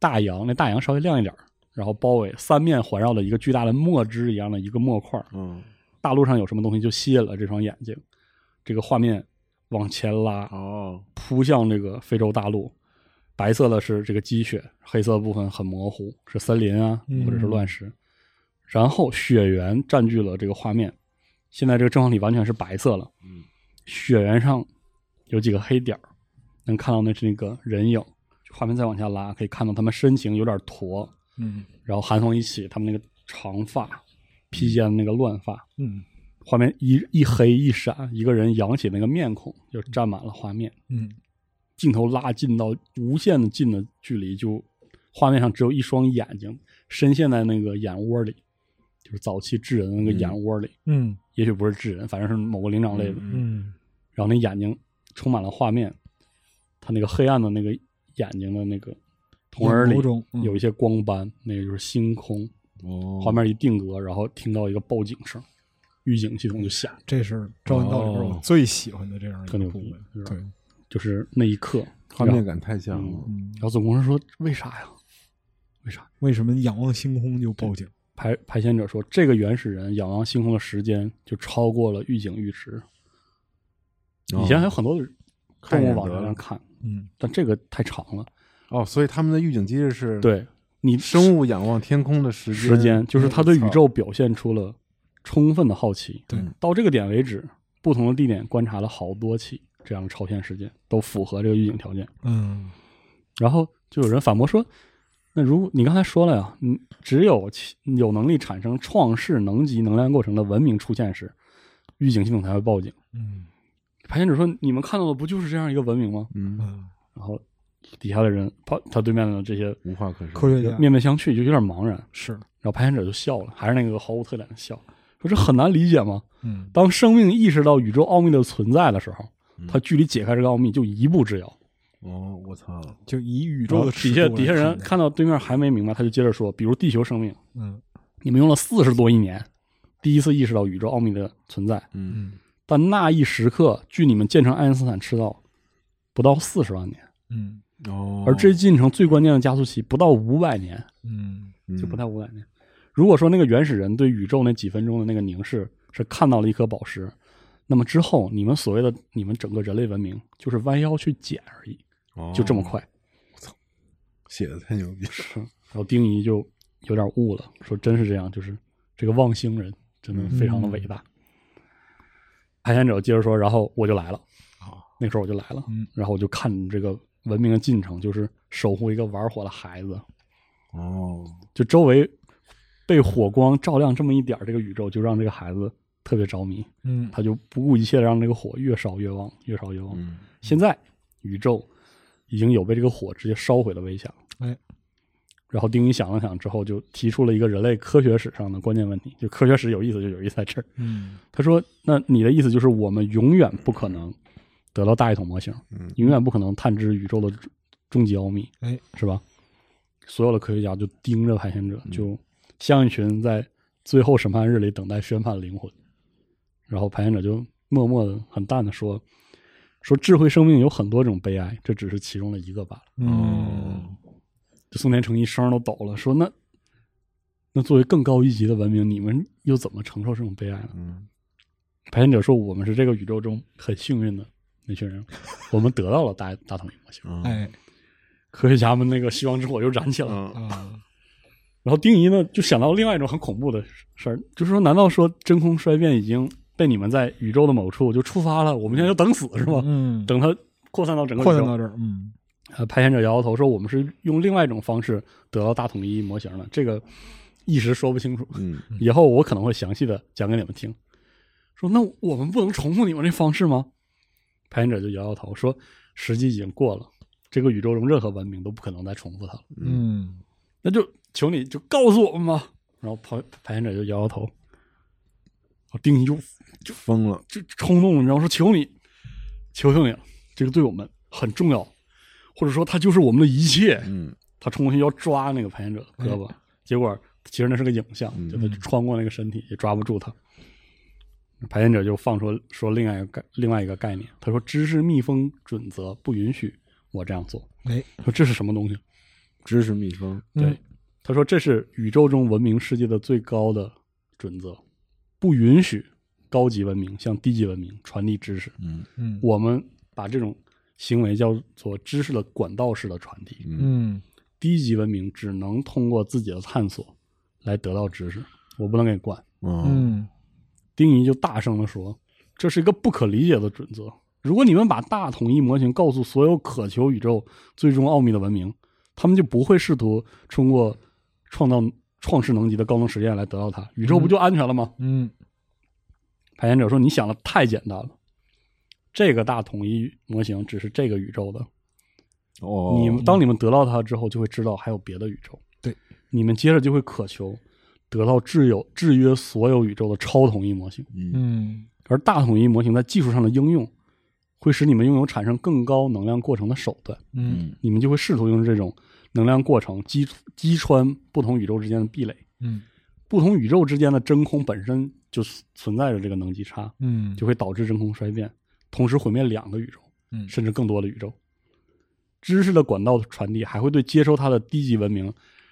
大洋，那大洋稍微亮一点儿，然后包围三面环绕的一个巨大的墨汁一样的一个墨块儿。嗯，大陆上有什么东西就吸引了这双眼睛，这个画面往前拉，哦，扑向这个非洲大陆。白色的是这个积雪，黑色部分很模糊，是森林啊，嗯或者是乱石。然后雪原占据了这个画面，现在这个正方体完全是白色了。嗯，雪原上有几个黑点儿，能看到那是那个人影。画面再往下拉，可以看到他们身形有点驼，嗯然后韩风一起，他们那个长发披肩的那个乱发，嗯画面一一黑一闪，一个人扬起那个面孔，就占满了画面。嗯镜头拉近到无限的近的距离，就画面上只有一双眼睛深陷在那个眼窝里，就是早期智人的那个眼窝里。嗯也许不是智人，反正是某个灵长类的。嗯嗯然后那眼睛充满了画面，他那个黑暗的那个眼睛的那个瞳仁眼里眸中嗯有一些光斑，那个就是星空。哦画面一定格，然后听到一个报警声，预警系统就响。这是《招魂道》里边我最喜欢的这样一个部哦特牛逼是分。吧对，就是那一刻，画面感太强了，嗯然，后总工是说：“为啥呀？为啥为什么仰望星空就报警？？”排排险者说：“这个原始人仰望星空的时间就超过了预警阈值。哦嗯以前还有很多看动一眼物网得站了上看，嗯，但这个太长了。哦，所以他们的预警机制是对你嗯生物仰望天空的时间，时间，就是他对宇宙表现出了充分的好奇。对到这个点为止，不同的地点观察了好多起这样的超限事件，都符合这个预警条件。嗯然后就有人反驳说：“那如果你刚才说了呀，嗯，只有其有能力产生创世能级能量构成的文明出现时，预警系统才会报警。嗯”排险者说：“你们看到的不就是这样一个文明吗嗯，嗯，？”然后底下的人，他他对面的这些无话可说，科学家面面相觑，就有点茫然。是，然后排险者就笑了，还是那个毫无特点的笑，说：“这很难理解吗？嗯当生命意识到宇宙奥秘的存在的时候嗯，它距离解开这个奥秘就一步之遥。”哦，我操，就以宇然宙后的底尺下度来底下人的看到对面还没明白，他就接着说，比如地球生命，嗯你们用了四十多亿年，第一次意识到宇宙奥秘的存在，嗯，嗯但那一时刻距你们建成爱因斯坦赤道不到四十万年，嗯哦，而这进程最关键的加速期不到五百年，嗯就不太到五百年。如果说那个原始人对宇宙那几分钟的那个凝视是看到了一颗宝石，那么之后你们所谓的你们整个人类文明就是弯腰去捡而已，哦就这么快。写的太牛逼了，是，然后丁仪就有点悟了，说真是这样，就是这个望星人真的非常的伟大。嗯排险者接着说，然后我就来了，好那个时候我就来了，啊嗯然后我就看这个文明的进程，就是守护一个玩火的孩子，哦，就周围被火光照亮这么一点儿，这个宇宙就让这个孩子特别着迷，嗯他就不顾一切的让这个火越烧越旺，越烧越旺。嗯，现在宇宙已经有被这个火直接烧毁的危险了。哎，然后丁一想了想之后，就提出了一个人类科学史上的关键问题，就科学史有意思就有意思在这儿。嗯他说：“那你的意思就是我们永远不可能得到大一统模型，嗯永远不可能探知宇宙的终终极奥秘，哎是吧？”所有的科学家就盯着排险者，就像一群在最后审判日里等待宣判的灵魂。然后排险者就默默的、很淡的说：“说智慧生命有很多种悲哀，这只是其中的一个罢了。”哦嗯这宋天成一声都抖了，说那那作为更高一级的文明，你们又怎么承受这种悲哀呢？嗯，排险者说，我们是这个宇宙中很幸运的那群人， 我们得到了大大统领模型。嗯，哎科学家们那个希望之火又燃起来了。嗯， 啊然后丁仪呢，就想到另外一种很恐怖的事儿，就是说，难道说真空衰变已经被你们在宇宙的某处就触发了？我们现在就等死是吗？嗯，等它扩散到整个宇宙扩散到这儿，嗯呃，排险者摇摇头说：“我们是用另外一种方式得到大统一模型的，这个一时说不清楚。嗯以后我可能会详细的讲给你们听。”说那我们不能重复你们这方式吗？排演者就摇摇头说，时机已经过了，这个宇宙中任何文明都不可能再重复它了。嗯，那就求你就告诉我们吧。然后排排演者就摇摇头，我定义就疯了，就冲动了，你知道吗？说求你，求求你了，这个对我们很重要，或者说它就是我们的一切。嗯，他冲过去要抓那个排演者的胳嗯膊，结果其实那是个影像，就他穿过那个身体也抓不住他。排演者就放出说另外一个概另外一个概念，他说知识密封准则不允许我这样做。哎，说这是什么东西？知识蜜蜂，嗯对，他说这是宇宙中文明世界的最高的准则，不允许高级文明向低级文明传递知识。嗯嗯我们把这种行为叫做知识的管道式的传递。嗯低级文明只能通过自己的探索来得到知识，我不能给你灌。哦，嗯丁仪就大声地说：“这是一个不可理解的准则。如果你们把大统一模型告诉所有渴求宇宙最终奥秘的文明，他们就不会试图通过创造创世能级的高能实验来得到它，宇宙不就安全了吗？”嗯排演者说：“你想的太简单了，这个大统一模型只是这个宇宙的哦，你们当你们得到它之后，就会知道还有别的宇宙。对，你们接着就会渴求得到制有制约所有宇宙的超统一模型，嗯而大统一模型在技术上的应用，会使你们拥有产生更高能量过程的手段。嗯你们就会试图用这种能量过程击击穿不同宇宙之间的壁垒，嗯不同宇宙之间的真空本身就存在着这个能级差，嗯，就会导致真空衰变，同时毁灭两个宇宙。嗯甚至更多的宇宙。知识的管道传递还会对接收它的低级文明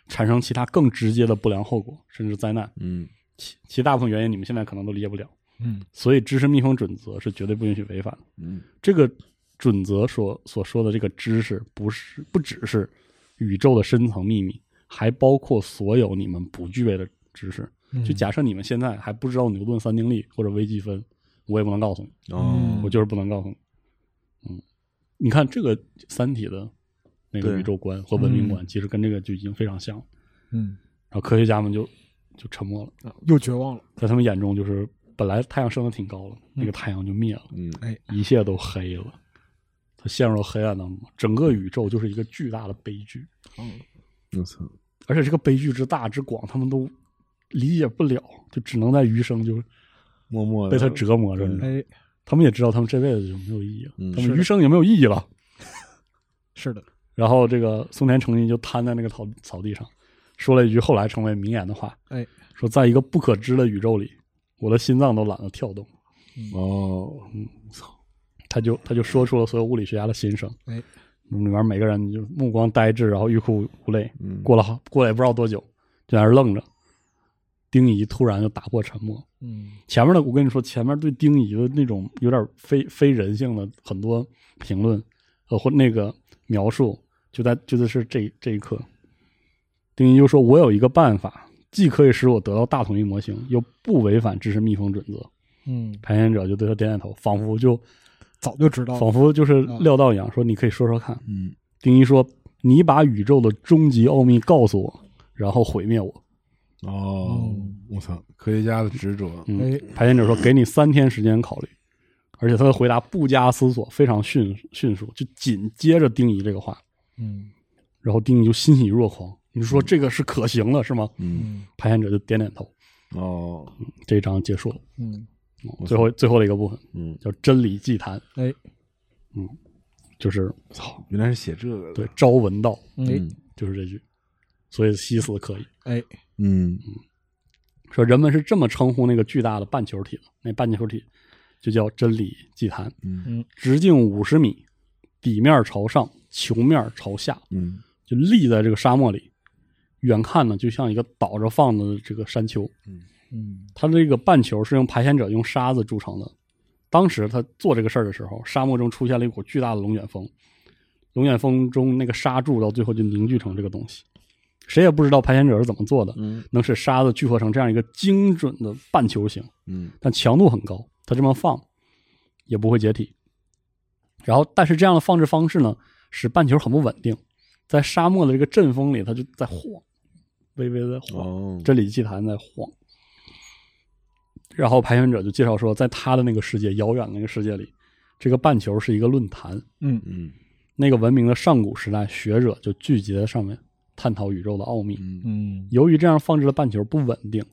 产生其他更直接的不良后果，甚至灾难。嗯其其大部分原因你们现在可能都理解不了，嗯所以知识密封准则是绝对不允许违反的。嗯这个准则所所说的这个知识，不是不只是宇宙的深层秘密，还包括所有你们不具备的知识。嗯就假设你们现在还不知道牛顿三定律或者微积分，我也不能告诉你。哦，我就是不能告诉你。嗯，你看这个《三体》的那个对嗯宇宙观和文明观，其实跟这个就已经非常像了。嗯然后科学家们就就沉默了，又绝望了，在他们眼中就是本来太阳升的挺高了，那个太阳就灭了，嗯一切都黑了，它陷入了黑暗当中，整个宇宙就是一个巨大的悲剧，我操，而且这个悲剧之大之广，他们都理解不了，就只能在余生就默默被的它折磨着。你知道吗哎，他们也知道他们这辈子就没有意义了，嗯他是们余生也没有意义了。是的，然后这个松田成一就瘫在那个草草地上，说了一句后来成为名言的话，哎，说在一个不可知的宇宙里，我的心脏都懒得跳动。哦，他就他就说出了所有物理学家的心声。哎，里面每个人就目光呆滞，然后欲哭无泪。嗯过了好过了也不知道多久，就在那儿愣着。丁仪突然就打破沉默。嗯前面的我跟你说，前面对丁仪的那种有点非非人性的很多评论，呃，或那个描述，就在就在是这这一刻，丁仪就说：“我有一个办法，既可以使我得到大统一模型，又不违反知识密封准则。嗯”，排演者就对他点点头，仿佛就早就知道了仿，佛就是料到一样，说：“你可以说说看。嗯”丁仪说：“你把宇宙的终极奥秘告诉我，然后毁灭我。”哦，我操，科学家的执着，嗯哎，排演者说给你三天时间考虑，而且他的回答不加思索，非常迅迅速，就紧接着丁仪这个话，嗯然后丁仪就欣喜若狂，你说这个是可行的，是吗？嗯嗯排演者就点点头，哦，这一章结束了。嗯，最后最后的一个部分嗯，叫真理祭坛，哎就是操，原来是写这个的，对，朝闻道哎就是这句，所以西斯可以哎，嗯说人们是这么称呼那个巨大的半球体的，那半球体就叫真理祭坛，嗯直径五十米，底面朝上，球面朝下，嗯就立在这个沙漠里，远看呢就像一个倒着放的这个山丘。嗯它这个半球是用排险者用沙子筑成的。当时他做这个事儿的时候，沙漠中出现了一股巨大的龙卷风，龙卷风中那个沙柱到最后就凝聚成这个东西。谁也不知道排险者是怎么做的，嗯能使沙子聚合成这样一个精准的半球形。嗯但强度很高，它这么放也不会解体。然后，但是这样的放置方式呢，使半球很不稳定，在沙漠的这个阵风里，它就在晃，微微的晃。哦，真理祭坛在晃。然后排选者就介绍说，在他的那个世界，遥远的那个世界里，这个半球是一个论坛，嗯嗯那个文明的上古时代，学者就聚集在上面探讨宇宙的奥秘。嗯嗯由于这样放置的半球不稳定，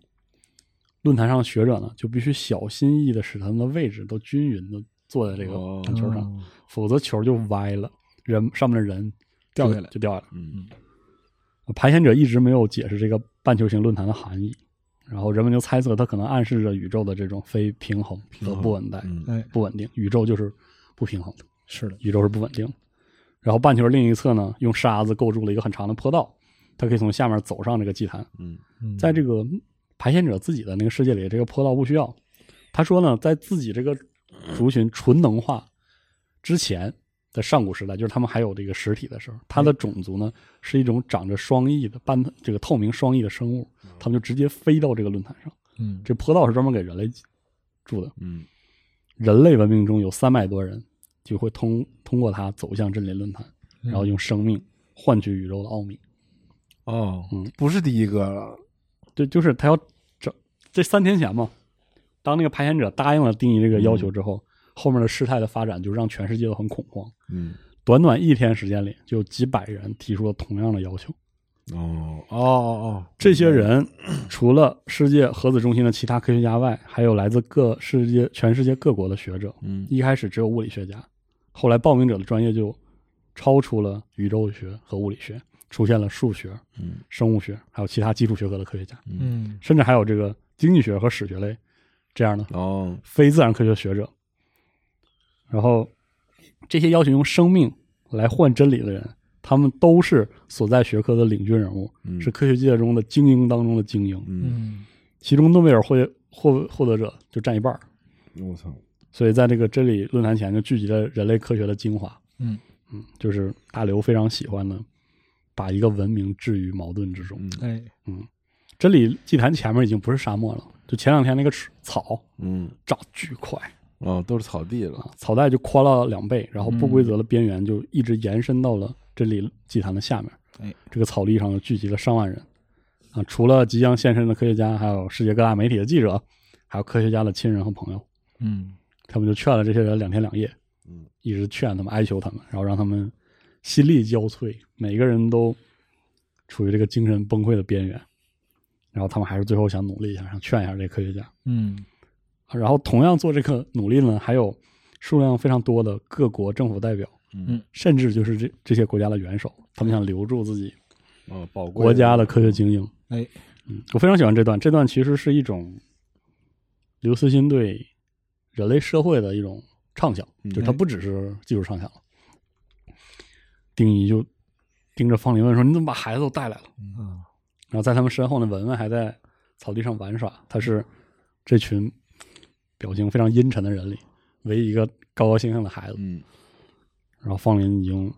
论坛上的学者呢就必须小心翼翼的使他们的位置都均匀的坐在这个哦半球上，否则球就歪了，人上面的人就掉下来就掉下来了。嗯排险者一直没有解释这个半球形论坛的含义，然后人们就猜测它可能暗示着宇宙的这种非平衡和不稳定、嗯哎不稳定，宇宙就是不平衡的，是的，宇宙是不稳定的。然后半球另一侧呢，用沙子构筑了一个很长的坡道，它可以从下面走上这个祭坛。嗯嗯在这个排险者自己的那个世界里，这个坡道不需要。他说呢，在自己这个族群纯能化之前，在上古时代，就是他们还有这个实体的时候，他的种族呢是一种长着双翼的半这个透明双翼的生物，他们就直接飞到这个论坛上。嗯这坡道是专门给人类住的，嗯人类文明中有三百多人就会通通过它走向真理论坛，然后用生命换取宇宙的奥秘。哦嗯，不是第一个了，对，就是他要整这三天前嘛，当那个排险者答应了定义这个要求之后，后面的事态的发展就让全世界都很恐慌。嗯短短一天时间里，就有几百人提出了同样的要求。哦哦哦哦，这些人除了世界核子中心的其他科学家外，还有来自各世界、全世界各国的学者。嗯一开始只有物理学家，后来报名者的专业就超出了宇宙学和物理学，出现了数学、嗯生物学，还有其他基础学科的科学家。嗯甚至还有这个经济学和史学类这样的哦非自然科学学者。然后，这些要求用生命来换真理的人，他们都是所在学科的领军人物，嗯是科学界中的精英当中的精英。嗯，嗯其中诺贝尔获获获得者就占一半儿嗯我操，所以在这个真理论坛前就聚集了人类科学的精华。嗯嗯，就是大刘非常喜欢的，把一个文明置于矛盾之中。嗯哎真理祭坛前面已经不是沙漠了，就前两天那个草嗯长巨快哦，都是草地了，啊，草带就宽了两倍，然后不规则的边缘就一直延伸到了这里祭坛的下面。哎，这个草地上聚集了上万人啊，除了即将现身的科学家，还有世界各大媒体的记者，还有科学家的亲人和朋友，嗯他们就劝了这些人两天两夜，嗯，一直劝他们，哀求他们，然后让他们心力交瘁，每个人都处于这个精神崩溃的边缘，然后他们还是最后想努力一下，想劝一下这科学家。嗯啊然后同样做这个努力呢，还有数量非常多的各国政府代表，嗯甚至就是这这些国家的元首，他们想留住自己哦，宝贵嗯国家的科学精英。哎嗯，我非常喜欢这段，这段其实是一种刘慈欣对人类社会的一种畅想，就他不只是技术畅想了。丁仪就盯着方林问说：“你怎么把孩子都带来了？”啊然后在他们身后呢，文文还在草地上玩耍。他是这群表情非常阴沉的人里唯一一个高高兴兴的孩子。嗯然后方林已经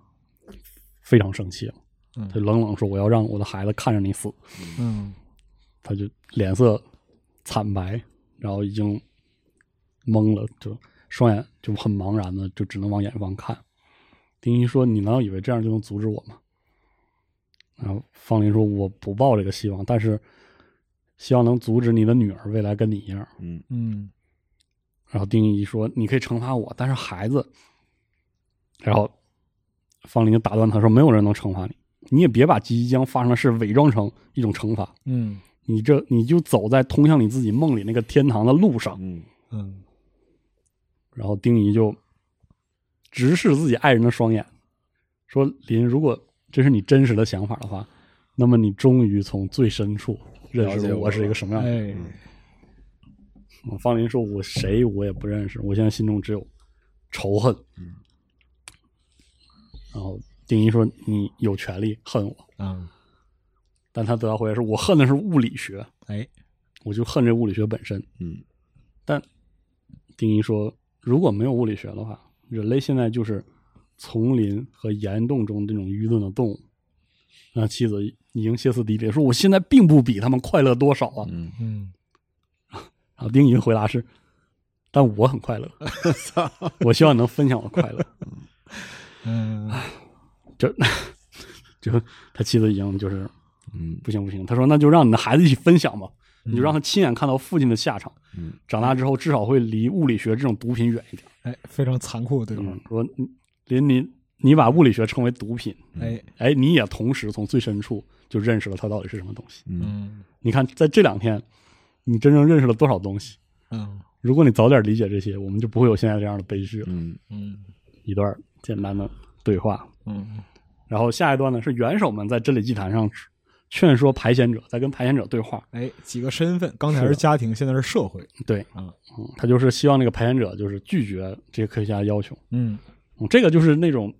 非常生气了，嗯他就冷冷说：“我要让我的孩子看着你死。嗯”他就脸色惨白，然后已经懵了，就双眼就很茫然的，就只能往远方看。丁一说：“你难道以为这样就能阻止我吗？”然后方林说：“我不抱这个希望，但是希望能阻止你的女儿未来跟你一样。嗯嗯”然后丁一说：“你可以惩罚我，但是孩子……”然后方林就打断他说：“没有人能惩罚你，你也别把即将发生的事伪装成一种惩罚，嗯你这你就走在通向你自己梦里那个天堂的路上。”嗯嗯然后丁仪就直视自己爱人的双眼，说：“林，如果这是你真实的想法的话，那么你终于从最深处认了识解了我我是一个什么样的人。哎嗯”方林说：“我谁我也不认识，我现在心中只有仇恨。”嗯然后丁仪说：“你有权利恨我。啊”但他得到回答是：“我恨的是物理学，哎我就恨这物理学本身。”嗯但丁一说，如果没有物理学的话，人类现在就是丛林和岩洞中这种愚钝的动物。那妻子已经歇斯底里地说：“我现在并不比他们快乐多少啊！”嗯，嗯然后丁仪的回答是：“但我很 快乐，我希望你能分享我的快乐。嗯就” 就他妻子已经就是嗯不行不行，他说：“那就让你的孩子一起分享吧。”你就让他亲眼看到父亲的下场。嗯，长大之后至少会离物理学这种毒品远一点。哎，非常残酷的对话嗯，，说林你你把物理学称为毒品，哎，哎，你也同时从最深处就认识了它到底是什么东西。嗯你看，在这两天，你真正认识了多少东西？嗯如果你早点理解这些，我们就不会有现在这样的悲剧了。嗯嗯一段简单的对话，嗯然后下一段呢是元首们在真理祭坛上劝说排险者，在跟排险者对话。哎，几个身份，刚才是是的家庭，现在是社会，对，啊嗯，他就是希望那个排险者就是拒绝这些科学家的要求。嗯嗯，这个就是那种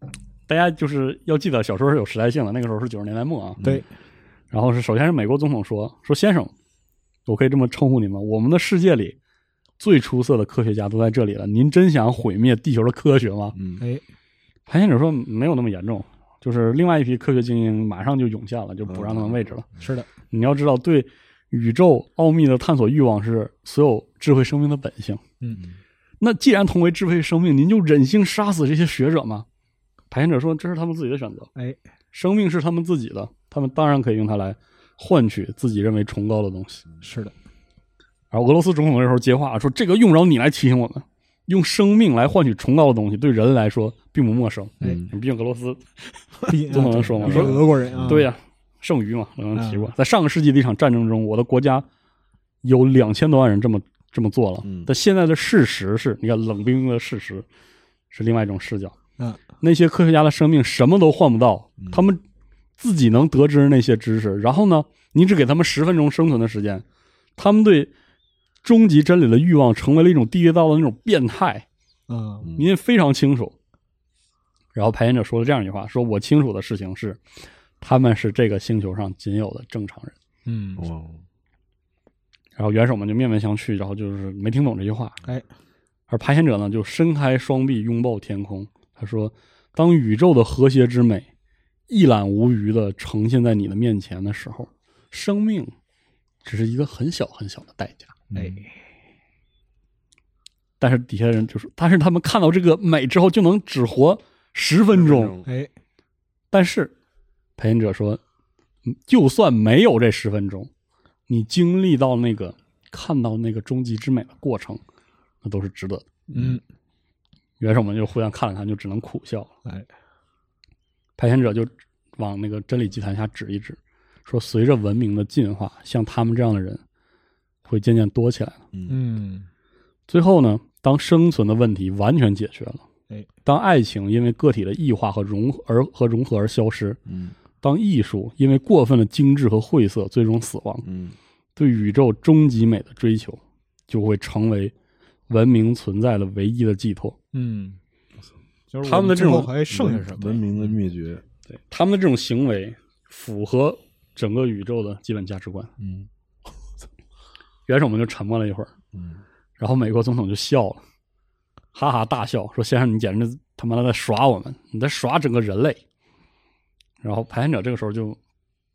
大家就是要记得，小时候是有时代性的，那个时候是九十年代末啊。对，然后是首先是美国总统说说先生，我可以这么称呼您吗？我们的世界里最出色的科学家都在这里了，您真想毁灭地球的科学吗？嗯哎，排险者说没有那么严重，就是另外一批科学精英马上就涌现了，就不让他们位置了。是的，你要知道，对宇宙奥秘的探索欲望是所有智慧生命的本性。嗯那既然同为智慧生命，您就忍心杀死这些学者吗？排险者说这是他们自己的选择，哎，生命是他们自己的，他们当然可以用它来换取自己认为崇高的东西。是 的，然后俄罗斯总统这时候接话说：“这个用不着你来提醒我们，用生命来换取崇高的东西，对人来说并不陌生。哎嗯毕竟俄罗斯毕不能说嘛你是俄国人啊，对呀、剩余嘛，刚刚提过，在上个世纪的一场战争中，我的国家有两千多万人这么这么做了。嗯但现在的事实是，你看冷冰冰的事实是另外一种视角。嗯，那些科学家的生命什么都换不到，他们自己能得知那些知识。然后呢，你只给他们十分钟生存的时间，他们对终极真理的欲望成为了一种地狱道的那种变态。嗯您非常清楚。然后排演者说了这样一句话：“说我清楚的事情是，他们是这个星球上仅有的正常人。嗯，哇，”然后元首们就面面相觑，然后就是没听懂这句话。哎，而排险者呢，就伸开双臂拥抱天空。他说：“当宇宙的和谐之美一览无余的呈现在你的面前的时候，生命只是一个很小很小的代价。”哎，但是底下人就说：“但是他们看到这个美之后，就能只活十分钟。”哎，但是，陪演者说，嗯就算没有这十分钟，你经历到那个看到那个终极之美的过程，那都是值得的。嗯，元首们就互相看了看，就只能苦笑了。哎，排险者就往那个真理祭坛下指一指，说：“随着文明的进化，像他们这样的人会渐渐多起来的。嗯，最后呢，当生存的问题完全解决了，哎，当爱情因为个体的异化和融合而和融合而消失，嗯当艺术因为过分的精致和晦涩最终死亡，嗯对宇宙终极美的追求就会成为文明存在的唯一的寄托。嗯，就是他们的这之后种还剩下什么？文明的灭绝，对他们的这种行为符合整个宇宙的基本价值观。嗯元首们就沉默了一会儿，嗯然后美国总统就笑了，哈哈大笑说：“先生，你简直他妈的在耍我们，你在耍整个人类。”然后排险者这个时候就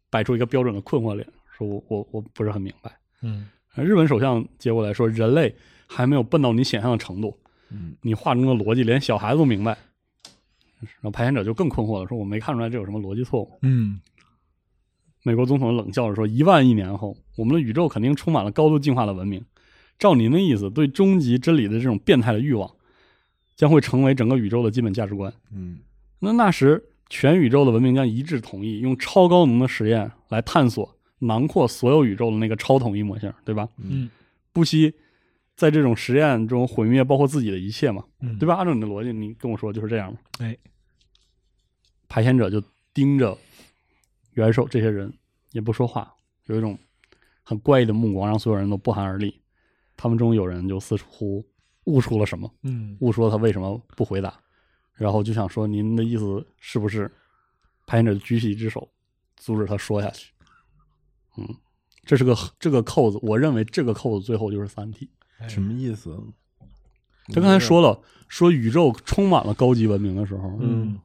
摆出一个标准的困惑脸，说我我我不是很明白。嗯，日本首相接过来说，人类还没有笨到你想象的程度，嗯，你话中的逻辑连小孩子都明白。然后排险者就更困惑了，说我没看出来这有什么逻辑错误。嗯，美国总统冷笑着说，一万亿年后，我们的宇宙肯定充满了高度进化的文明。照您的意思，对终极真理的这种变态的欲望，将会成为整个宇宙的基本价值观。嗯那那时，全宇宙的文明将一致同意用超高能的实验来探索囊括所有宇宙的那个超统一模型，对吧？嗯，不惜在这种实验中毁灭包括自己的一切嘛，嗯对吧？按照你的逻辑，你跟我说就是这样嘛。哎，排险者就盯着元首这些人，也不说话，有一种很怪异的目光，让所有人都不寒而栗。他们中有人就似乎悟出了什么，嗯，误说他为什么不回答，然后就想说您的意思是不是？排险者举起一只手，阻止他说下去。嗯，这是个这个扣子，我认为这个扣子最后就是《三体哎什么意思？》。他刚才说了，说宇宙充满了高级文明的时候，嗯，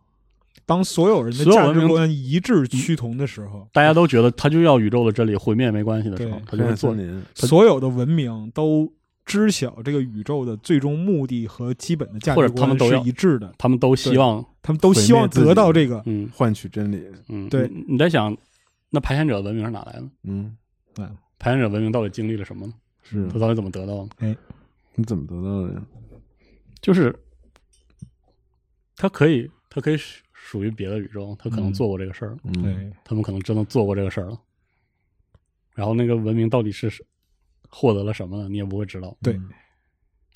当所有人的所有价文值明观一致趋同的时候，大家都觉得他就要宇宙的真理毁灭没关系的时候对，他就会做森。林，所有的文明都知晓这个宇宙的最终目的和基本的价或值者他观们都是要一致的，他们都希望，他们都希望得到这个。嗯换取真理，嗯，对你，你在想，那排险者文明是哪来的？嗯，嗯排山者文明到底经历了什么呢？是它到底怎么得到的？你怎么得到的呀？就是它可以，它可以属属于别的宇宙，它可能嗯做过这个事儿，嗯，对，他们可能真的做过这个事儿了。然后那个文明到底是是获得了什么呢？你也不会知道。对，嗯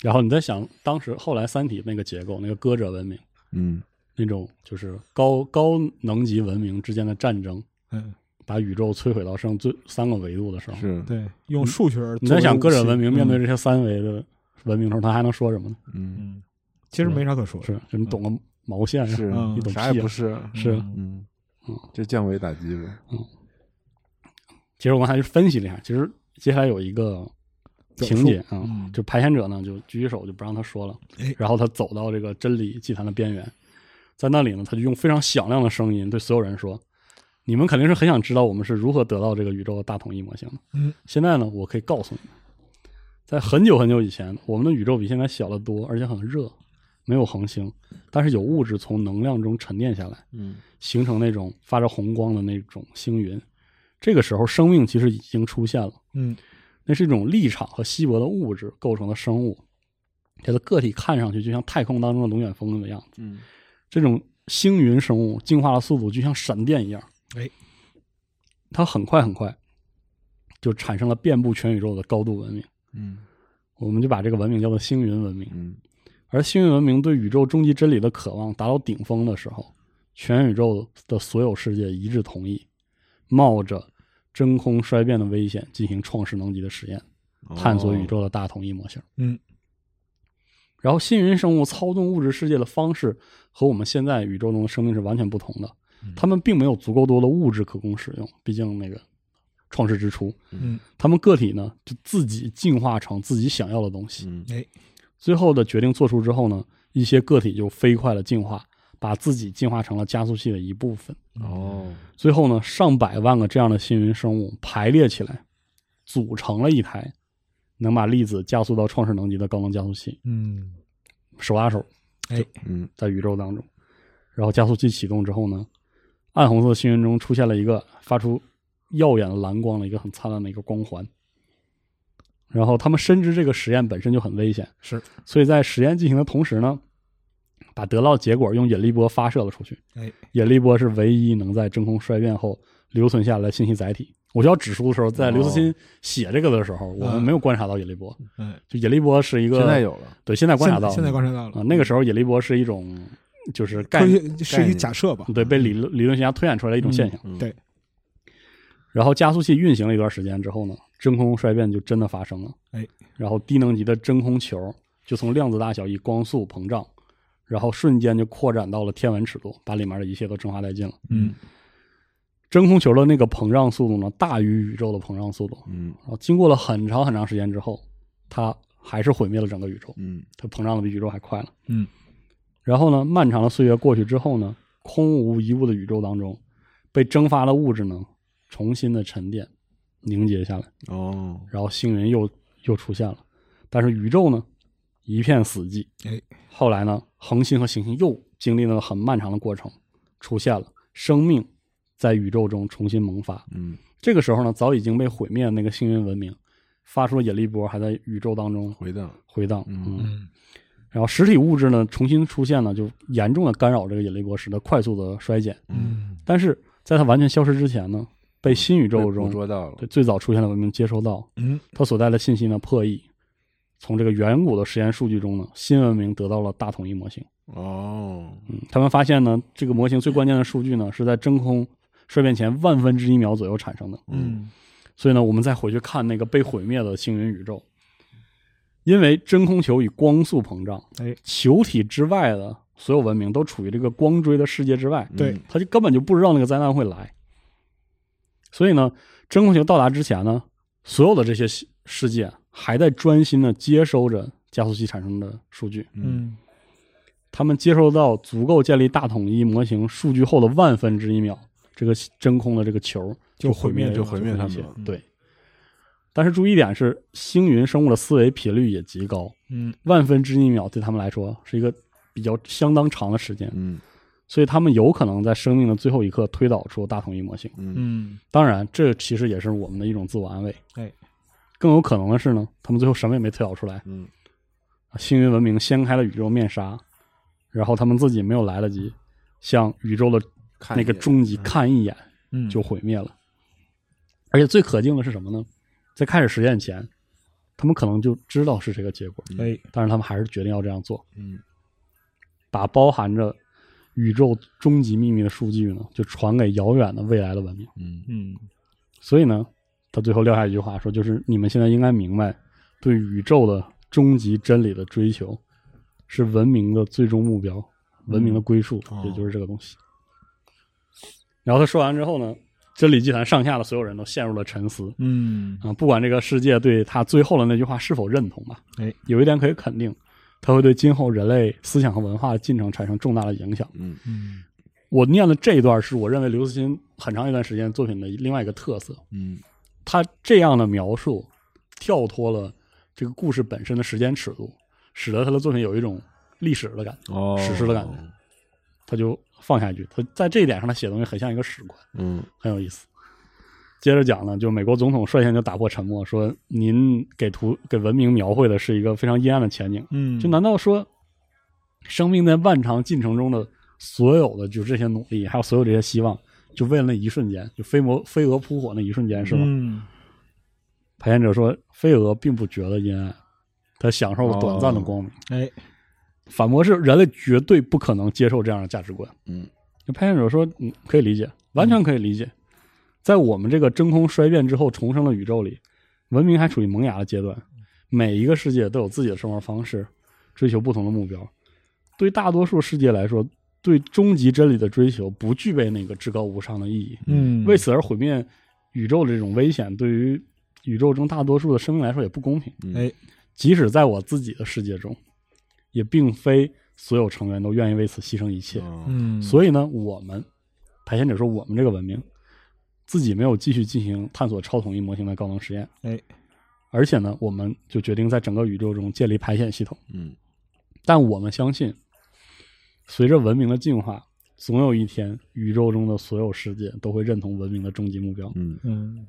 然后你在想，当时后来《三体》那个结构，那个歌者文明嗯那种就是高高能级文明之间的战争，嗯，把宇宙摧毁到剩最三个维度的时候，是，对，用数学作为武器。你在想个人文明面对嗯，这些三维的文明的时候，他还能说什么呢？嗯嗯，其实没啥可说的。是，就你懂个毛线呀、是嗯，你懂啥屁也啊不是，是嗯嗯嗯，就降维打击呗。其实我刚才就分析了一下，其实接下来有一个情节啊，嗯就排险者呢就举起手就不让他说了，哎然后他走到这个真理祭坛的边缘，在那里呢，他就用非常响亮的声音对所有人说：“你们肯定是很想知道我们是如何得到这个宇宙的大统一模型的。嗯，现在呢，我可以告诉你们，在很久很久以前，我们的宇宙比现在小得多，而且很热，没有恒星，但是有物质从能量中沉淀下来。嗯形成那种发着红光的那种星云。这个时候，生命其实已经出现了，嗯那是一种立场和稀薄的物质构成的生物，它的个体看上去就像太空当中的龙卷风的样子。嗯这种星云生物进化的速度就像闪电一样，哎，它很快很快就产生了遍布全宇宙的高度文明。嗯我们就把这个文明叫做星云文明。嗯而星云文明对宇宙终极真理的渴望达到顶峰的时候，全宇宙的所有世界一致同意，冒着真空衰变的危险进行创世能级的实验，探哦索宇宙的大统一模型。哦嗯，然后，星云生物操纵物质世界的方式和我们现在宇宙中的生命是完全不同的，嗯他们并没有足够多的物质可供使用，毕竟那个创世之初，嗯，他们个体呢就自己进化成自己想要的东西。嗯哎，最后的决定做出之后呢，一些个体就飞快的进化，把自己进化成了加速器的一部分。哦，最后呢，上百万个这样的星云生物排列起来，组成了一台能把粒子加速到创世能级的高能加速器，嗯，手拉手哎，嗯在宇宙当中。然后加速器启动之后呢，暗红色星云中出现了一个发出耀眼的蓝光的一个很灿烂的一个光环。然后他们深知这个实验本身就很危险，是，所以在实验进行的同时呢，把得到的结果用引力波发射了出去。哎，引力波是唯一能在真空衰变后留存下来的信息载体。我需要指出的时候，在刘慈哦欣写这个的时候，我们没有观察到引力波。嗯，就引力波是一个现在有了，对现在观察到了现在观察到了啊，那个时候引力波是一种就是概科念学是一假设吧？对被理论理论学家推演出来的一种现象。嗯对，然后加速器运行了一段时间之后呢，真空衰变就真的发生了。哎，然后低能级的真空球就从量子大小以光速膨胀，然后瞬间就扩展到了天文尺度，把里面的一切都蒸发殆尽了。嗯，真空球的那个膨胀速度呢，大于宇宙的膨胀速度。嗯然后经过了很长很长时间之后，它还是毁灭了整个宇宙，嗯它膨胀的比宇宙还快了。嗯，然后呢，漫长的岁月过去之后呢，空无一物的宇宙当中，被蒸发的物质呢，重新的沉淀、凝结下来，哦，然后星云又又出现了。但是宇宙呢，一片死寂。哎，后来呢，恒星和行星又经历了很漫长的过程，出现了生命在宇宙中重新萌发。嗯这个时候呢，早已经被毁灭的那个星云文明，发出了引力波，还在宇宙当中回荡，回荡。嗯嗯，然后实体物质呢重新出现呢，就严重的干扰这个引力波，使得快速的衰减。嗯，但是在它完全消失之前呢，被新宇被宙捕中捉到了对，最早出现的文明接收到，嗯，它所带来的信息呢破译，从这个远古的实验数据中呢，新文明得到了大统一模型。哦，嗯，他们发现呢，这个模型最关键的数据呢是在真空衰变前万分之一秒左右产生的。嗯，所以呢，我们再回去看那个被毁灭的星云宇宙，因为真空球以光速膨胀，哎，球体之外的所有文明都处于这个光锥的世界之外，对嗯，他就根本就不知道那个灾难会来。所以呢，真空球到达之前呢，所有的这些世世界还在专心的接收着加速器产生的数据，嗯，他们接收到足够建立大统一模型数据后的万分之一秒，这个真空的这个球就毁毁灭就了毁灭他一们切了对。但是注意一点是，星云生物的思维频率也极高，嗯，万分之一秒对他们来说是一个比较相当长的时间，嗯所以他们有可能在生命的最后一刻推导出大统一模型。嗯，当然，这其实也是我们的一种自我安慰。哎，更有可能的是呢，他们最后什么也没推导出来。嗯，星云文明掀开了宇宙面纱，然后他们自己没有来得及向宇宙的看那个一眼终极看一眼，嗯就毁灭了。而且最可敬的是什么呢？在开始实验前，他们可能就知道是这个结果，哎，但是他们还是决定要这样做。嗯，把包含着宇宙终极秘密的数据呢，就传给遥远的未来的文明。嗯嗯所以呢，他最后撂下一句话说：“就是你们现在应该明白，对宇宙的终极真理的追求，是文明的最终目标，文明的归宿，哦也就是这个东西。”然后他说完之后呢，真理集团上下的所有人都陷入了沉思。嗯啊，不管这个世界对他最后的那句话是否认同吧，哎，有一点可以肯定，它会对今后人类思想和文化的进程产生重大的影响。嗯嗯我念的这一段是我认为刘慈欣很长一段时间作品的另外一个特色，嗯他这样的描述跳脱了这个故事本身的时间尺度，使得他的作品有一种历史的感觉，哦，史诗的感觉。他就放下一句，他在这一点上，他写的东西很像一个史官。嗯很有意思。接着讲呢，就美国总统率先就打破沉默，说：“您给图给文明描绘的是一个非常阴暗的前景。嗯，就难道说，生命在漫长进程中的所有的就这些努力，还有所有这些希望，就为了那一瞬间，就飞蛾飞蛾扑火那一瞬间是吗？”嗯排烟者说：“飞蛾并不觉得阴暗，它享受了短暂的光明。哎，反驳是：人类绝对不可能接受这样的价值观。嗯，那拍摄者说，嗯，可以理解，完全可以理解。在我们这个真空衰变之后重生的宇宙里，文明还处于萌芽的阶段，每一个世界都有自己的生活方式，追求不同的目标。对大多数世界来说，对终极真理的追求不具备那个至高无上的意义。嗯，为此而毁灭宇宙的这种危险，对于宇宙中大多数的生命来说也不公平。哎，即使在我自己的世界中，也并非所有成员都愿意为此牺牲一切。哦嗯，所以呢，我们排险者说，我们这个文明自己没有继续进行探索超统一模型的高能实验，哎，而且呢，我们就决定在整个宇宙中建立排险系统。嗯但我们相信，随着文明的进化，总有一天，宇宙中的所有世界都会认同文明的终极目标。嗯嗯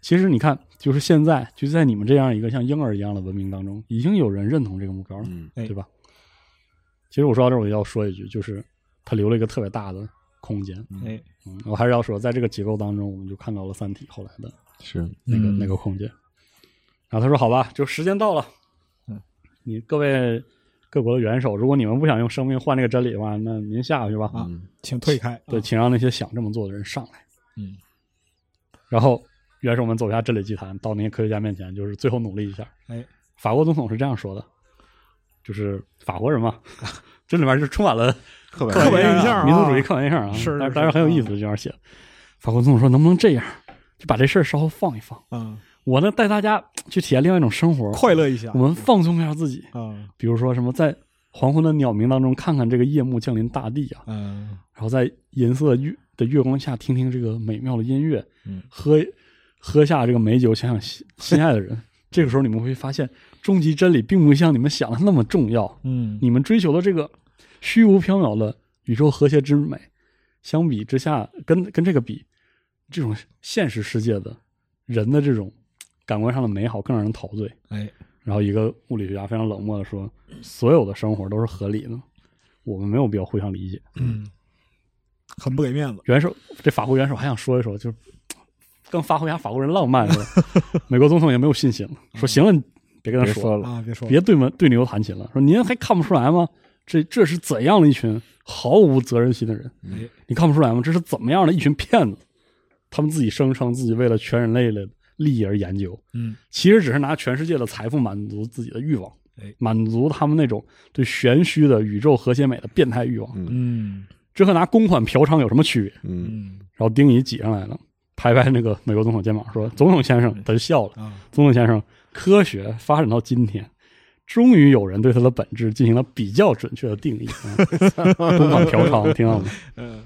其实你看，就是现在，就在你们这样一个像婴儿一样的文明当中，已经有人认同这个目标了，嗯哎对吧？其实我说到这儿，我就要说一句，就是他留了一个特别大的空间。哎，嗯，我还是要说，在这个结构当中，我们就看到了《三体》后来的是那个、嗯那个空间。然后他说：“好吧，就时间到了，嗯，你各位各国的元首，如果你们不想用生命换这个真理的话，那您下去吧。啊嗯请退开，啊对，请让那些想这么做的人上来。嗯，然后元首们走下真理祭坛，到那些科学家面前，就是最后努力一下。 哎，法国总统是这样说的，就是法国人嘛， 这里面就充满了刻刻板板印印象啊民族主义刻板印象啊，是是但是但是很有意思，这样写。法国总统说，能不能这样，就把这事儿稍后放一放，啊，我呢带大家去体验另外一种生活，快乐一下嗯我们放松一下自己，啊，比如说什么在黄昏的鸟鸣当中看看这个夜幕降临大地啊，嗯然后在银色月的月光下听听这个美妙的音乐，嗯喝喝下这个美酒，想想心心爱的人。这个时候你们会发现，终极真理并不像你们想的那么重要。嗯你们追求的这个虚无缥缈的宇宙和谐之美，相比之下，跟跟这个比，这种现实世界的人的这种感官上的美好更让人陶醉。哎，然后一个物理学家非常冷漠的说：“所有的生活都是合理的，我们没有必要互相理解。”嗯，很不给面子，元首这法国元首还想说一说，就是更发挥一下法国人浪漫是吧？美国总统也没有信心了，说行了，你别跟他别说说了，了，啊，别说了别对门对牛弹琴了，说您还看不出来吗？这这是怎样的一群毫无责任心的人？哎你看不出来吗？这是怎么样的一群骗子？他们自己声称自己为了全人类的利益而研究，嗯，其实只是拿全世界的财富满足自己的欲望哎，满足他们那种对玄虚的宇宙和谐美的变态欲望。嗯这和拿公款嫖娼有什么区别？嗯嗯然后丁仪挤上来了，拍拍那个美国总统肩膀说：“总统先生。”他就笑了。啊，总统先生，科学发展到今天，终于有人对它的本质进行了比较准确的 定义。啊公款嫖娼，听到吗？嗯，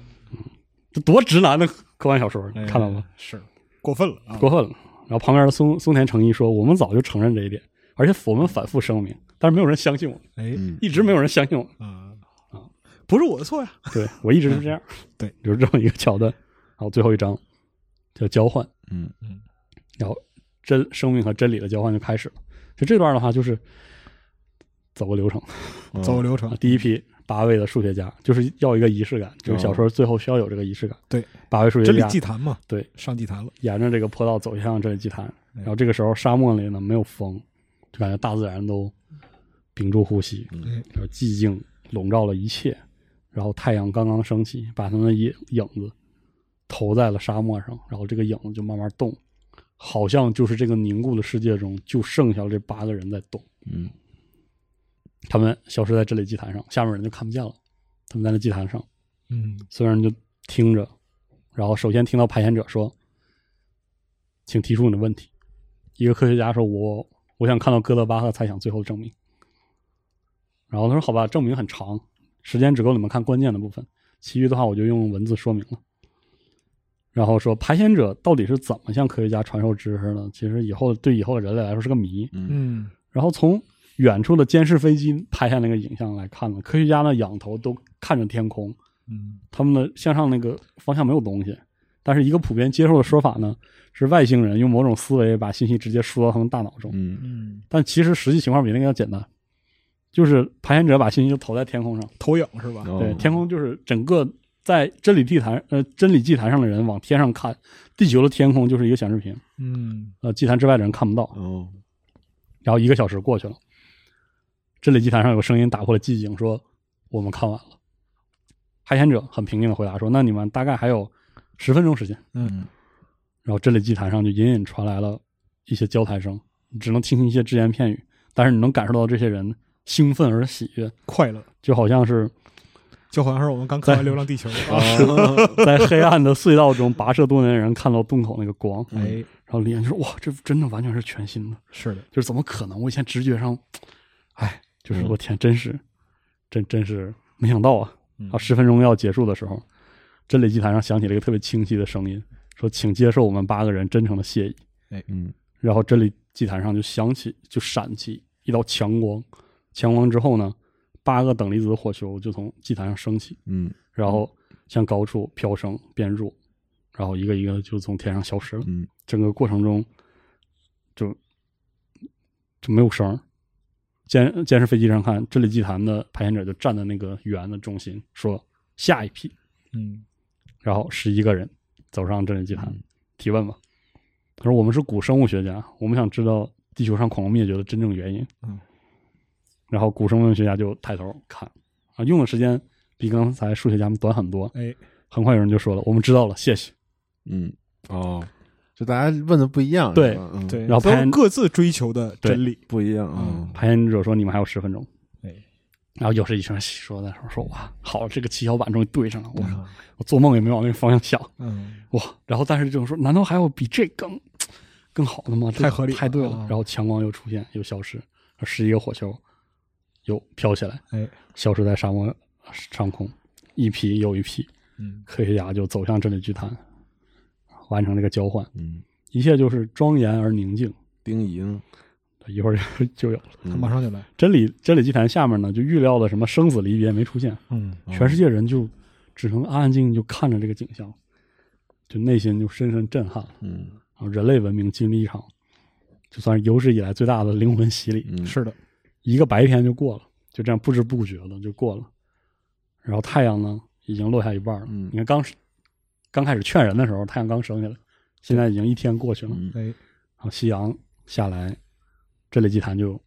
这多直男的科幻小说，哎看到吗？？是过分了啊，过分了。然后旁边的松松田诚一说：“我们早就承认这一点，而且我们反复声明，但是没有人相信我们，哎嗯一直没有人相信我们。啊，不是我的错呀。 对我一直是这样，嗯对， 就是这么一个桥段。然后最后一章叫交换，嗯然后真生命和真理的交换就开始了。就这段的话，就是走个流程哦嗯走流程，第一批八位的数学家，就是要一个仪式感，就是小说最后需要有这个仪式感。哦对，八位数真学理家祭坛嘛，对，上祭坛了，沿着这个坡道走向这里祭坛，然后这个时候沙漠里呢没有风，就感觉大自然都屏住呼吸，嗯然后寂静笼罩了一切，然后太阳刚刚升起，把他们的影影子投在了沙漠上，然后这个影子就慢慢动，好像就是这个凝固的世界中就剩下了这八个人在动，嗯他们消失在这里祭坛上，下面人就看不见了，他们在那祭坛上，嗯，所有人就听着，然后首先听到排险者说：“请提出你的问题。”一个科学家说：“我我想看到哥德巴赫猜想最后的证明。”然后他说：“好吧，证明很长，时间只够你们看关键的部分，其余的话我就用文字说明了。”然后说：“排险者到底是怎么向科学家传授知识呢？其实以后对以后的人类来说是个谜。嗯，然后从远处的监视飞机拍下那个影像来看呢，科学家呢仰头都看着天空，嗯，他们的向上那个方向没有东西。但是一个普遍接受的说法呢，是外星人用某种思维把信息直接输到他们大脑中。嗯嗯，但其实实际情况比那个要简单，就是排险者把信息就投在天空上，投影是吧？哦对，天空就是整个在真理地坛呃真理祭坛上的人往天上看，地球的天空就是一个显示屏，嗯，呃祭坛之外的人看不到。哦然后一个小时过去了，真理祭坛上有个声音打破了寂静，说：“我们看完了。”排险者很平静的回答说：“那你们大概还有十分钟时间。”嗯，然后真理祭坛上就隐隐传来了一些交谈声，你只能听清一些只言片语，但是你能感受到这些人兴奋而喜悦，快乐，就好像是就好像是我们刚看完《流浪地 球》啊，在黑暗的隧道中跋涉多年的人看到洞口那个光，然哎，后李岩就说：“哇，这真的完全是全新的。”是的，就是怎么可能？我以前直觉上，哎，就是我天，真是，真真是没想到啊！啊，十分钟要结束的时候，真理祭坛上响起了一个特别清晰的声音，说：“请接受我们八个人真诚的谢意。”嗯然后真理祭坛上就响起，就闪起一道强光，强光之后呢，八个等离子火球就从祭坛上升起，嗯然后向高处飘升变弱，然后一个一个就从天上消失了。嗯整个过程中就就没有声儿。监监视飞机上看，真理祭坛的排险者就站在那个圆的中心，说下一批，嗯，然后十一个人走上真理祭坛，提问吧。他说：“我们是古生物学家，我们想知道地球上恐龙灭绝的真正原因。”嗯，然后古生物学家就抬头看，啊，用的时间比刚才数学家们短很多。哎，很快有人就说了：“我们知道了，谢谢。嗯哦，就大家问的不一样，对嗯是吧嗯对，然后都拍各自追求的真理，不一样啊”，排险者说：“你们还有十分钟。”哎，然后又是一声细说的时候说哇，好，这个七巧板终于对上了。我、我做梦也没往那个方向想嗯，哇。然后但是这种说，难道还有比这更更好的吗？这太合理了太对了。啊然后强光又出现，又消失，十一个火球又飘起来，哎，消失在沙漠上空，一批又一批嗯，科学家就走向真理巨坛，完成这个交换，嗯，一切就是庄严而宁静。丁仪呢？一会儿就就有了他马上就来，真理真理祭坛下面呢，就预料的什么生死离别没出现，哦嗯，全世界人就只能安安静静就看着这个景象，就内心就深深震撼了。嗯然后人类文明经历一场，就算是有史以来最大的灵魂洗礼，嗯是的，一个白天就过了，就这样不知不觉的就过了。然后太阳呢，已经落下一半了。嗯你看刚刚开始劝人的时候，太阳刚升起来，现在已经一天过去了。嗯哎，然后夕阳下来，这类祭坛就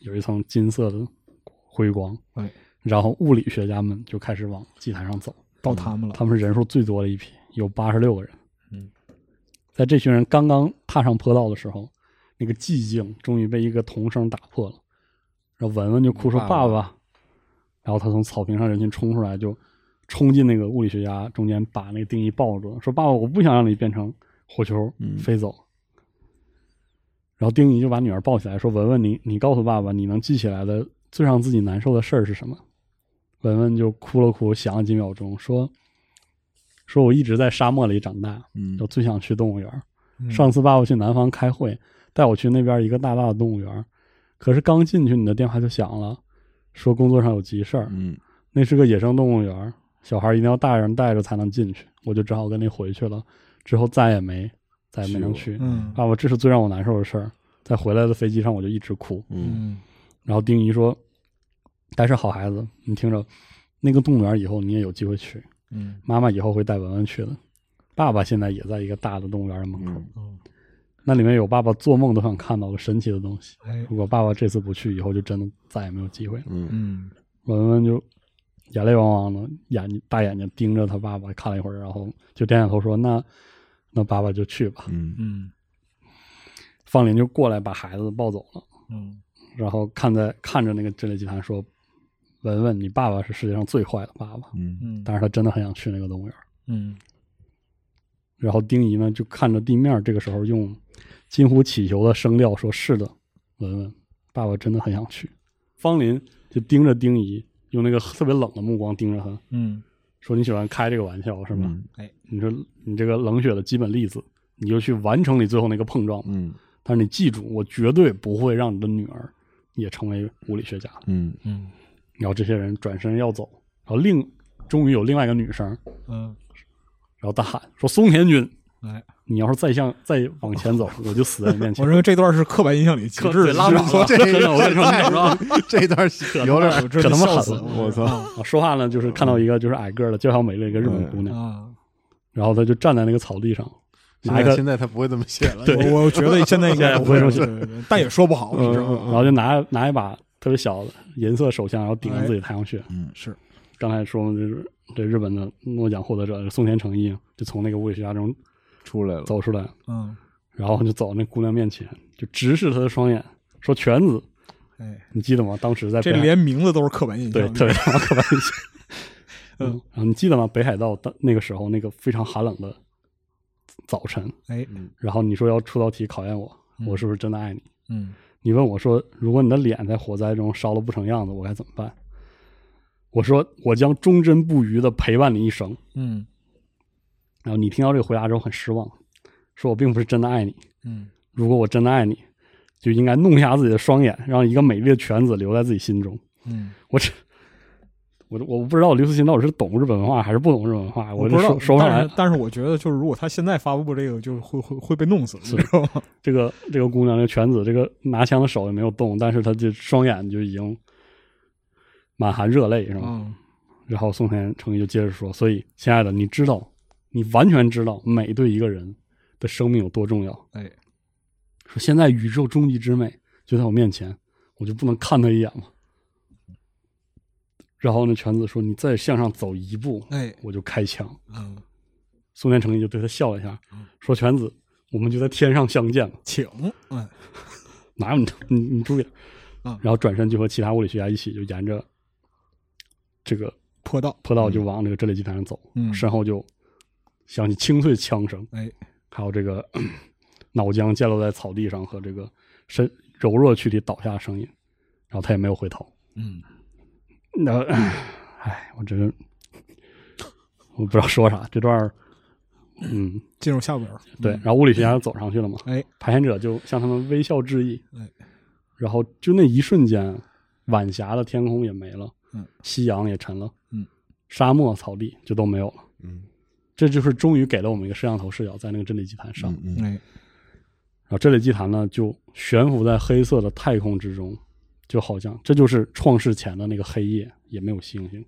有一层金色的辉光。哎然后物理学家们就开始往祭坛上走。到他们了，他们是人数最多的一批，有八十六个人。嗯，在这群人刚刚踏上坡道的时候，那个寂静终于被一个童声打破了。然后文文就哭说：“爸爸爸爸！”然后他从草坪上人群冲出来，就冲进那个物理学家中间，把那个定义抱住，说：“爸爸，我不想让你变成火球嗯飞走。然后丁仪就把女儿抱起来，说：“文文，你你告诉爸爸，你能记起来的最让自己难受的事儿是什么？”文文就哭了哭，想了几秒钟，说：“说我一直在沙漠里长大，嗯我最想去动物园儿。嗯上次爸爸去南方开会，带我去那边一个大大的动物园儿，可是刚进去，你的电话就响了，说工作上有急事儿。嗯那是个野生动物园儿，小孩儿一定要大人带着才能进去，我就只好跟那回去了，之后再也没再也没能去。嗯啊，我这是最让我难受的事儿，在回来的飞机上我就一直哭。嗯，嗯然后丁仪说：“但是好孩子，你听着，那个动物园以后你也有机会去，嗯妈妈以后会带文文去的。爸爸现在也在一个大的动物园的门口，嗯，那里面有爸爸做梦都想看到的神奇的东西。哎如果爸爸这次不去，以后就真的再也没有机会了。嗯嗯文文就眼泪汪汪的，眼睛大眼睛盯着他爸爸看了一会儿，然后就点点头说：‘那那爸爸就去吧。嗯嗯方林就过来把孩子抱走了，嗯然后看在看着那个真理集团说：“文文，你爸爸是世界上最坏的爸爸。嗯嗯，但是他真的很想去那个动物园。嗯然后丁仪呢就看着地面，这个时候用近乎乞求的声调说：“是的，文文，爸爸真的很想去。”方林就盯着丁仪，用那个特别冷的目光盯着他，嗯说：“你喜欢开这个玩笑是吧？嗯哎，你说你这个冷血的基本粒子，你就去完成你最后那个碰撞吧。嗯但是你记住，我绝对不会让你的女儿也成为物理学家。”嗯嗯然后这些人转身要走，然后另终于有另外一个女生，然嗯，后大喊说：“松田君，哎，你要是再向再往前走，我就死在你面前。我”认为这段是刻板印象里极可致对的，拉满说了，这真的，啊我跟你说，那种 这段有点儿真可他的妈笑狠死了我操啊说话呢，就是看到一个就是矮个儿的娇小美丽的一个日本姑娘，啊！然后她就站在那个草地上，现拿一在个现在他不会这么写了，我我觉得现在应该不会了，对对对但也说不好，嗯，是然后就拿拿一把特别小的银色手枪，然后顶着自己太阳穴。是，刚才说就是这日本的诺奖获得者松田诚一，啊就从那个物理学家中出来了，走出来，嗯，然后就走到那姑娘面前，就直视她的双眼，说：“犬子，哎，你记得吗？当时在这北海连名字都是刻板印象，对特别他妈刻板印 象。嗯，然后你记得吗？北海道的那个时候，那个非常寒冷的早晨，哎，然后你说要出道题考验我，我是不是真的爱你？嗯你问我说，如果你的脸在火灾中烧了不成样子，我该怎么办？我说我将忠贞不渝的陪伴你一生。嗯然后你听到这个回答之后很失望，说我并不是真的爱你。嗯如果我真的爱你，就应该弄瞎自己的双眼，让一个美丽的犬子留在自己心中。嗯，我这，我我不知道刘慈欣到底是懂日本文化还是不懂日本文化，我就不知道说，说不上但来是。但是我觉得就是如果他现在发布这个，就是会会会被弄死，你知道吗？这个这个姑娘，这个犬子，这个拿枪的手也没有动，但是她这双眼就已经满含热泪，是吧？嗯然后宋田诚一就接着说：“所以，亲爱的，你知道，你完全知道美对一个人的生命有多重要。哎，说现在宇宙终极之美就在我面前，我就不能看她一眼吗？”然后呢，犬子说：“你再向上走一步，哎，我就开枪。”嗯，宋天成也就对他笑了一下，说：“犬子，我们就在天上相见吧，请，嗯哪有你你你注意点。嗯然后转身就和其他物理学家一起就沿着这个坡道，坡道就往这个真理集团上走，嗯身后就响起清脆的枪声，哎，还有这个 咳脑浆溅落在草地上和这个身柔弱躯体倒下的声音，然后他也没有回头。嗯，那，唉，我真是我不知道说啥，这段儿嗯。进入下边儿，对，然后物理学家就走上去了嘛，哎，排险者就向他们微笑致意，哎，然后就那一瞬间，晚霞的天空也没了，嗯，夕阳也沉了，嗯，沙漠、草地就都没有了，嗯这就是终于给了我们一个摄像头视角在那个真理祭坛上，嗯嗯哎，然后真理祭坛呢就悬浮在黑色的太空之中，就好像这就是创世前的那个黑夜，也没有星星。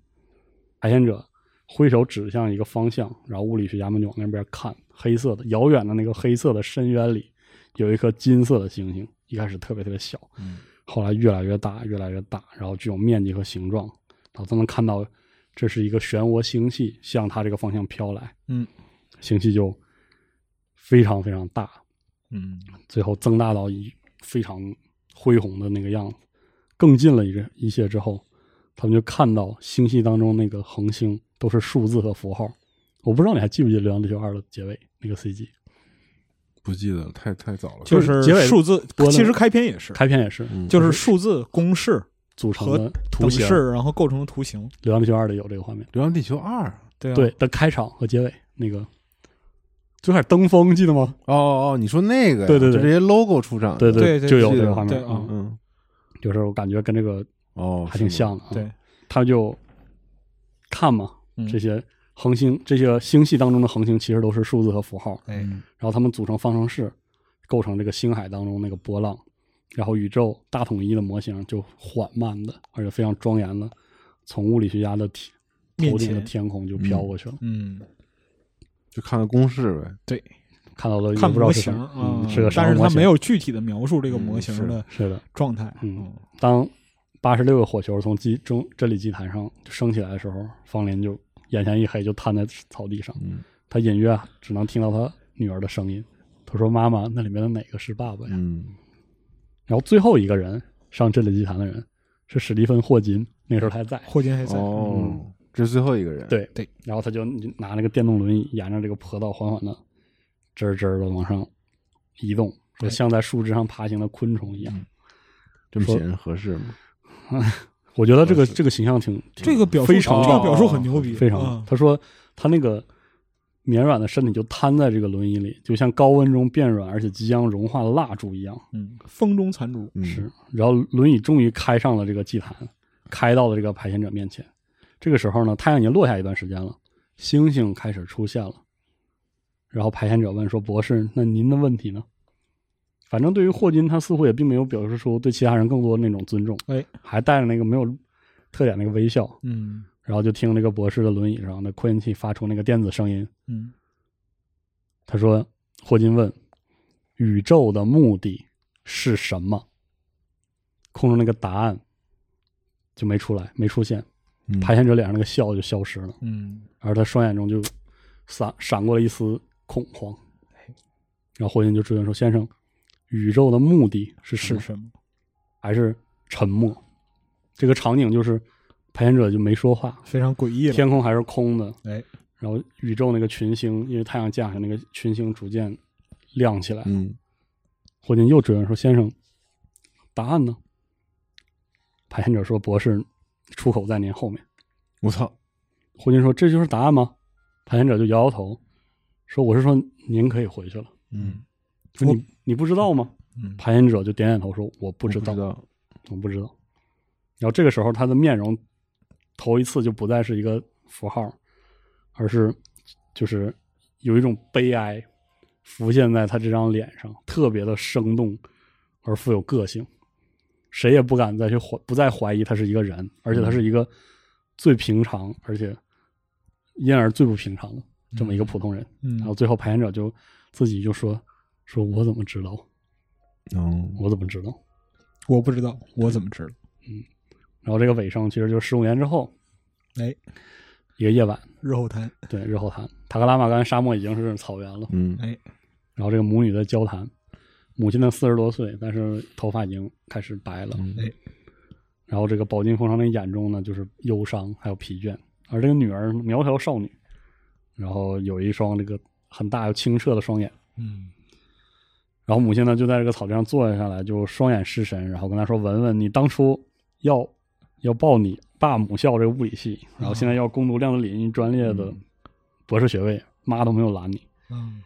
排险者挥手指向一个方向，然后物理学家们就往那边看，黑色的遥远的那个黑色的深渊里有一颗金色的星星，一开始特别特别小，嗯后来越来越大，越来越大，然后具有面积和形状，然后都能看到这是一个漩涡星系向它这个方向飘来，嗯，星系就非常非常大，嗯最后增大到一非常恢宏的那个样子。更近了一个一些之后，他们就看到星系当中那个恒星都是数字和符号。我不知道你还记不记得《流浪地球二》的结尾那个 CG，不记得了，太太早了，就是结尾数字多，了其实开篇也是，开篇也是嗯就是数字公式组成和的等图形，《式，然后构成图形，流浪地球二》里有这个画面， 《流浪地球二》对啊，对的开场和结尾那个，最开始登峰记得吗？哦哦，哦你说那个呀对对就对这些 logo 出场的，对对对就有记这得个画面对啊，嗯就是我感觉跟这个哦，还挺是吗，像的啊。对，他就看嘛，嗯这些恒星这些星系当中的恒星其实都是数字和符号，哎，然后它们组成方程式，构成这个星海当中那个波浪，然后宇宙大统一的模型就缓慢的，而且非常庄严的，从物理学家的天面头顶的前天空就飘过去了，嗯，就看看公式呗。对，看到了也看不知道模是什型么，啊嗯，是个，啥但是模它型嗯没有具体的描述这个模型的是的，状态，嗯，当八十六个火球从基中真理祭坛上就升起来的时候，方林就眼前一黑，就瘫在草地上。嗯他隐约啊只能听到他女儿的声音，他说：“妈妈，那里面的哪个是爸爸呀？”嗯，然后最后一个人上真理祭坛的人是史蒂芬·霍金，那个时候他还在。霍金还在，哦，这是最后一个人。，嗯对对，然后他就拿那个电动轮椅沿着这个坡道缓缓的，吱儿吱儿的往上移动，哎就像在树枝上爬行的昆虫一样。嗯这么写人合适吗？我觉得这个这个形象挺挺这个表述非常哦这个表述很牛逼，非常好嗯。他说他那个绵软的身体就瘫在这个轮椅里，就像高温中变软而且即将融化的蜡烛一样。嗯，风中残烛，嗯，是，然后轮椅终于开上了这个祭坛，开到了这个排险者面前。这个时候呢，太阳已经落下一段时间了，星星开始出现了。然后排险者问说：“博士，那您的问题呢？”反正对于霍金，他似乎也并没有表示出对其他人更多的那种尊重，哎，还带着那个没有特点那个微笑。嗯然后就听那个博士的轮椅上的扩音器发出那个电子声音。嗯，他说：“霍金问，宇宙的目的是什么？”空中那个答案就没出来，没出现。嗯排险者脸上那个笑就消失了，嗯，而他双眼中就闪闪过了一丝恐慌。然后霍金就质问说：“先生，宇宙的目的是什是么？什么？还是沉默？”这个场景就是排险者就没说话，非常诡异了，天空还是空的，哎，然后宇宙那个群星，因为太阳降下，那个群星逐渐亮起来。嗯，霍金又追问说：“先生，答案呢？”排险者说：“博士，出口在您后面。我操，”霍金说：“这就是答案吗？”排险者就摇摇头，说：“我是说您可以回去了。嗯，说你你不知道吗？”嗯排险者就点点头说：“我不不知道，道，我不知道。”然后这个时候，他的面容头一次就不再是一个符号，而是就是有一种悲哀浮现在他这张脸上，特别的生动而富有个性。谁也不敢再去怀，不再怀疑他是一个人，而且他嗯是一个最平常，而且因而最不平常的这么一个普通人。嗯然后最后排演者就自己就说：“说我怎么知道？哦，我怎么知道？”我不知道，我怎么知道？然后这个尾声其实就是十五年之后哎，一个夜晚，日后谈，对日后谈，塔克拉玛干沙漠已经是草原了。嗯，哎，然后这个母女在交谈，母亲呢四十多岁，但是头发已经开始白了。哎然后这个饱经风霜的眼中呢，就是忧伤还有疲倦。而这个女儿苗条少女，然后有一双这个很大又清澈的双眼。嗯，然后母亲呢就在这个草地上坐下来，就双眼失神，然后跟她说：“文文，你当初要要报你爸母校这个物理系，然后现在要攻读量子理论专业的博士学位，妈都没有拦你。”嗯，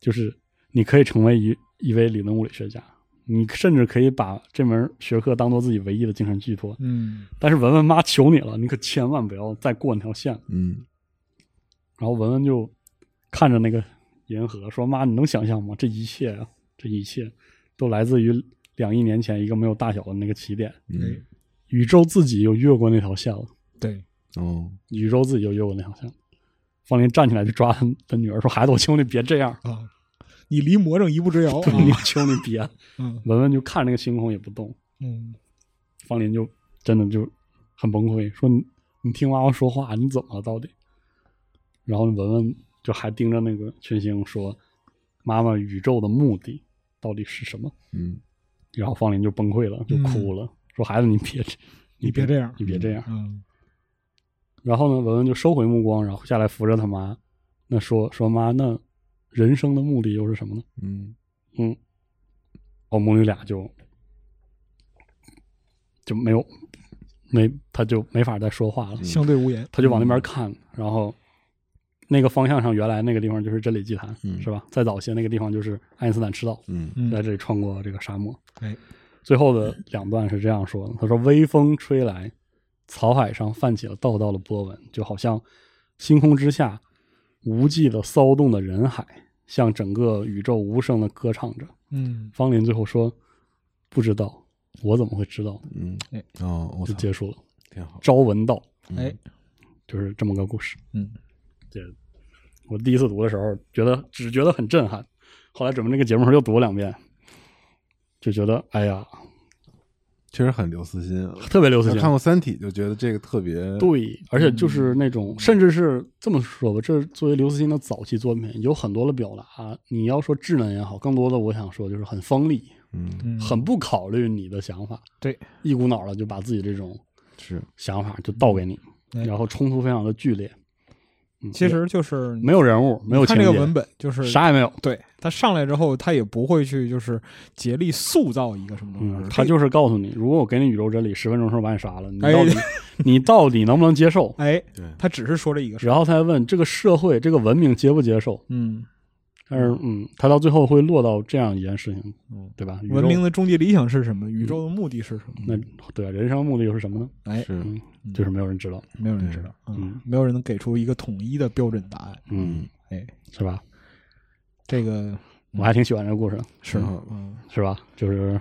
就是你可以成为一一位理论物理学家，你甚至可以把这门学科当做自己唯一的精神寄托。嗯，但是文文妈求你了，你可千万不要再过那条线了。嗯，然后文文就看着那个银河说：“妈，你能想象吗？这一切啊，这一切都来自于两亿年前一个没有大小的那个起点，嗯，哎，宇宙自己又越过那条线了，对，哎哦，宇宙自己又越过那条线了。”方林站起来就抓他他女儿说：“孩子，我求你别这样，啊，你离魔怔一步之遥啊，我 求你别。”嗯文文就看着那个星空也不动，嗯，方林就真的就很崩溃，说你你听妈妈说话，你怎么了到底？然后文文就还盯着那个群星说，妈妈宇宙的目的到底是什么？嗯，然后方林就崩溃了，就哭了，说孩子你别嗯你别这样你别这样。嗯，然后呢，文文就收回目光，然后下来扶着他妈，那说说妈，那人生的目的又是什么呢？嗯，嗯，我母女俩就就没有没，他就没法再说话了，相对无言，他就往那边看，然后那个方向上原来那个地方就是真理祭坛，嗯是吧？再早些那个地方就是爱因斯坦赤道，嗯，嗯在，这里穿过这个沙漠。哎，最后的两段是这样说的：他说，微风吹来，草海上泛起了道道的波纹，就好像星空之下无际的骚动的人海，向整个宇宙无声的歌唱着。嗯，方林最后说：“不知道，我怎么会知道嗯哎，哦，？”我就操，结束了。挺好。朝闻道哎，就是这么个故事。嗯，这我第一次读的时候，觉得只觉得很震撼，后来准备这个节目时候又读了两遍，就觉得哎呀，确实很刘慈欣啊。特别刘慈我欣。嗯看过《三体》就觉得这个特别，对，而且就是那种，甚至是这么说吧，这作为刘慈欣的早期作品，有很多的表达，你要说稚嫩也好，更多的我想说就是很锋利，嗯，嗯很不考虑你的想法，对，一股脑的就把自己这种是想法就倒给你，哎然后冲突非常的剧烈。嗯，其实就是没有人物，没有看情这节，个文本，就是嗯啥也没有。对他上来之后，他也不会去就是竭力塑造一个什么东西嗯，而，他这就是告诉你，如果我给你宇宙真理，十分钟时候把你杀了，你哎到底、你到底能不能接受？哎对，他只是说了一个事儿，然后他还问这个社会、这个文明接不接受？嗯，但是，嗯，他到最后会落到这样一件事情，嗯对吧？宇宙嗯文明的终极理想是什么？宇宙的目的是什么？那对啊，人生目的又是什么呢？哎，是，嗯，就是没有人知道，没有人知道，嗯嗯，没有人能给出一个统一的标准答案，嗯，哎，是吧？这个我还挺喜欢这个故事，是嗯嗯，是吧？就是，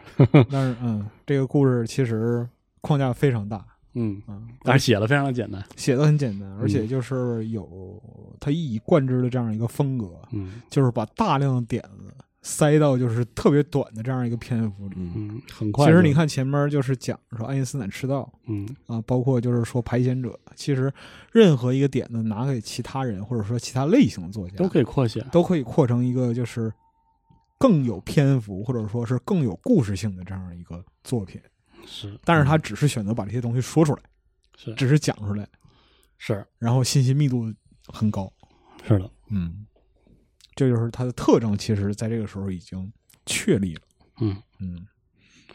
但是嗯，这个故事其实框架非常大，嗯，嗯，但是写的非常的简单，写的很简单，而嗯且就是有他一以贯之的这样一个风格，嗯就是把大量的点子塞到就是特别短的这样一个篇幅里。嗯嗯，很快其就。实你看前面就是讲说爱因斯坦迟到嗯，啊，包括就是说排险者，其实任何一个点子拿给其他人或者说其他类型的作家都可以扩写，都可以扩成一个就是更有篇幅或者说是更有故事性的这样一个作品。是但是他只是选择把这些东西说出来，是只是讲出来，是然后信息密度很高。是的，嗯，这就是它的特征，其实在这个时候已经确立了。嗯嗯，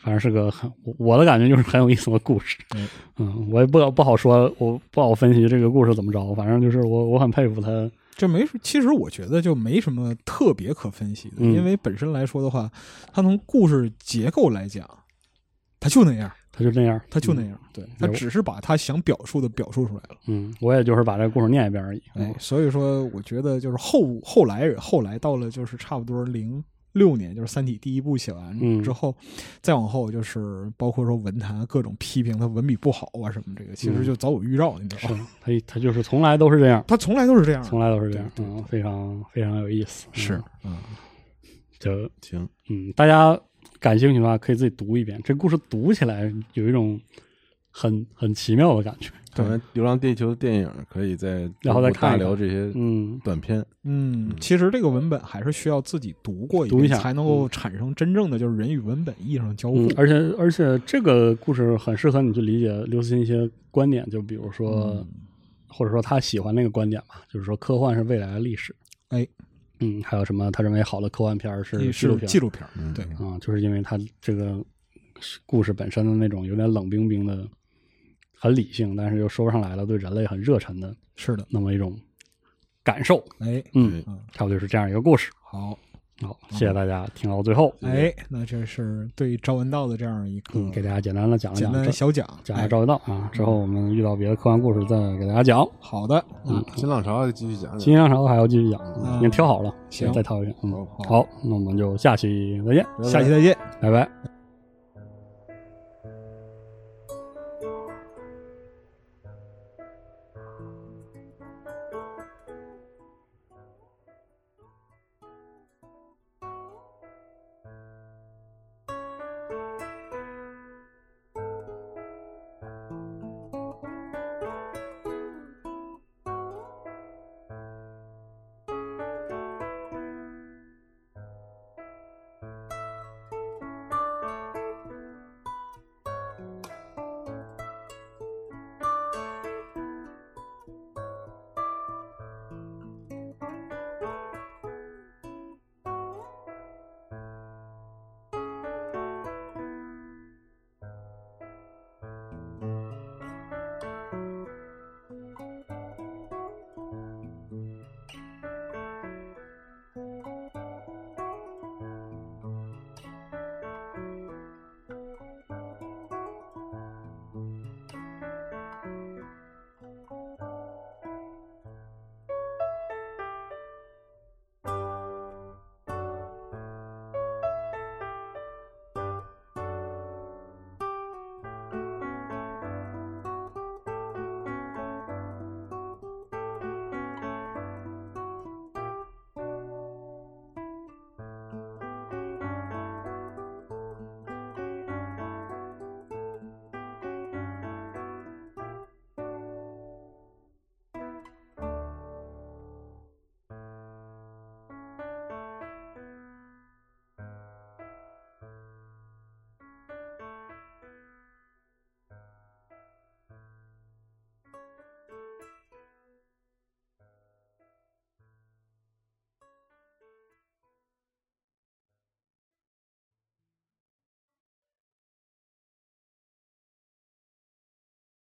反正是个很我我的感觉就是很有意思的故事嗯，嗯，我也不不好说，我不好分析这个故事怎么着，反正就是我我很佩服他，这没什，其实我觉得就没什么特别可分析的，嗯因为本身来说的话，它从故事结构来讲，它就那样，他就那样，它就那样，对，它有只是把它想表述的表述出来了。嗯，嗯，我也就是把这个故事念一遍而已，嗯哎，所以说，我觉得就是后后来后来到了就是差不多零六年，就是《三体》第一部写嗯完之后，再往后就是包括说文坛啊各种批评他文笔不好啊什么这个，其实就早有预兆，你知道嗯是吗？他他就是从来都是这样，他从来都是这样的，从来都是这样，对对嗯，非常非常有意思，嗯是，嗯，就行，嗯，大家感兴趣的话可以自己读一遍，这故事读起来有一种很很奇妙的感觉，看完《流浪地球》的电影，可以再然后再看一看大聊这些嗯，短片。嗯，其实这个文本还是需要自己读过一读一遍，下才能够产生真正的就是人与文本意义上的交互嗯。而且而且这个故事很适合你去理解刘慈欣一些观点，就比如说，嗯或者说他喜欢那个观点吧，就是说科幻是未来的历史。哎，嗯，还有什么？他认为好的科幻片儿是也纪录是片，纪录片儿，对，啊、就是因为他这个故事本身的那种有点冷冰冰的、很理性，但是又说不上来了，对人类很热忱的是的，那么一种感受。哎，嗯对，差不多就是这样一个故事。好，好，谢谢大家听到最后，嗯哎，那这是对赵文道的这样一个嗯，给大家简单的讲了简讲单这的小讲，讲一哎下赵文道啊，之后我们遇到别的科幻故事再给大家讲。好的，嗯，新浪潮继续讲新讲，浪潮还要继续讲，已经挑好了，行再挑一遍。嗯，好好，那我们就下期再见，嗯下期再见。拜拜。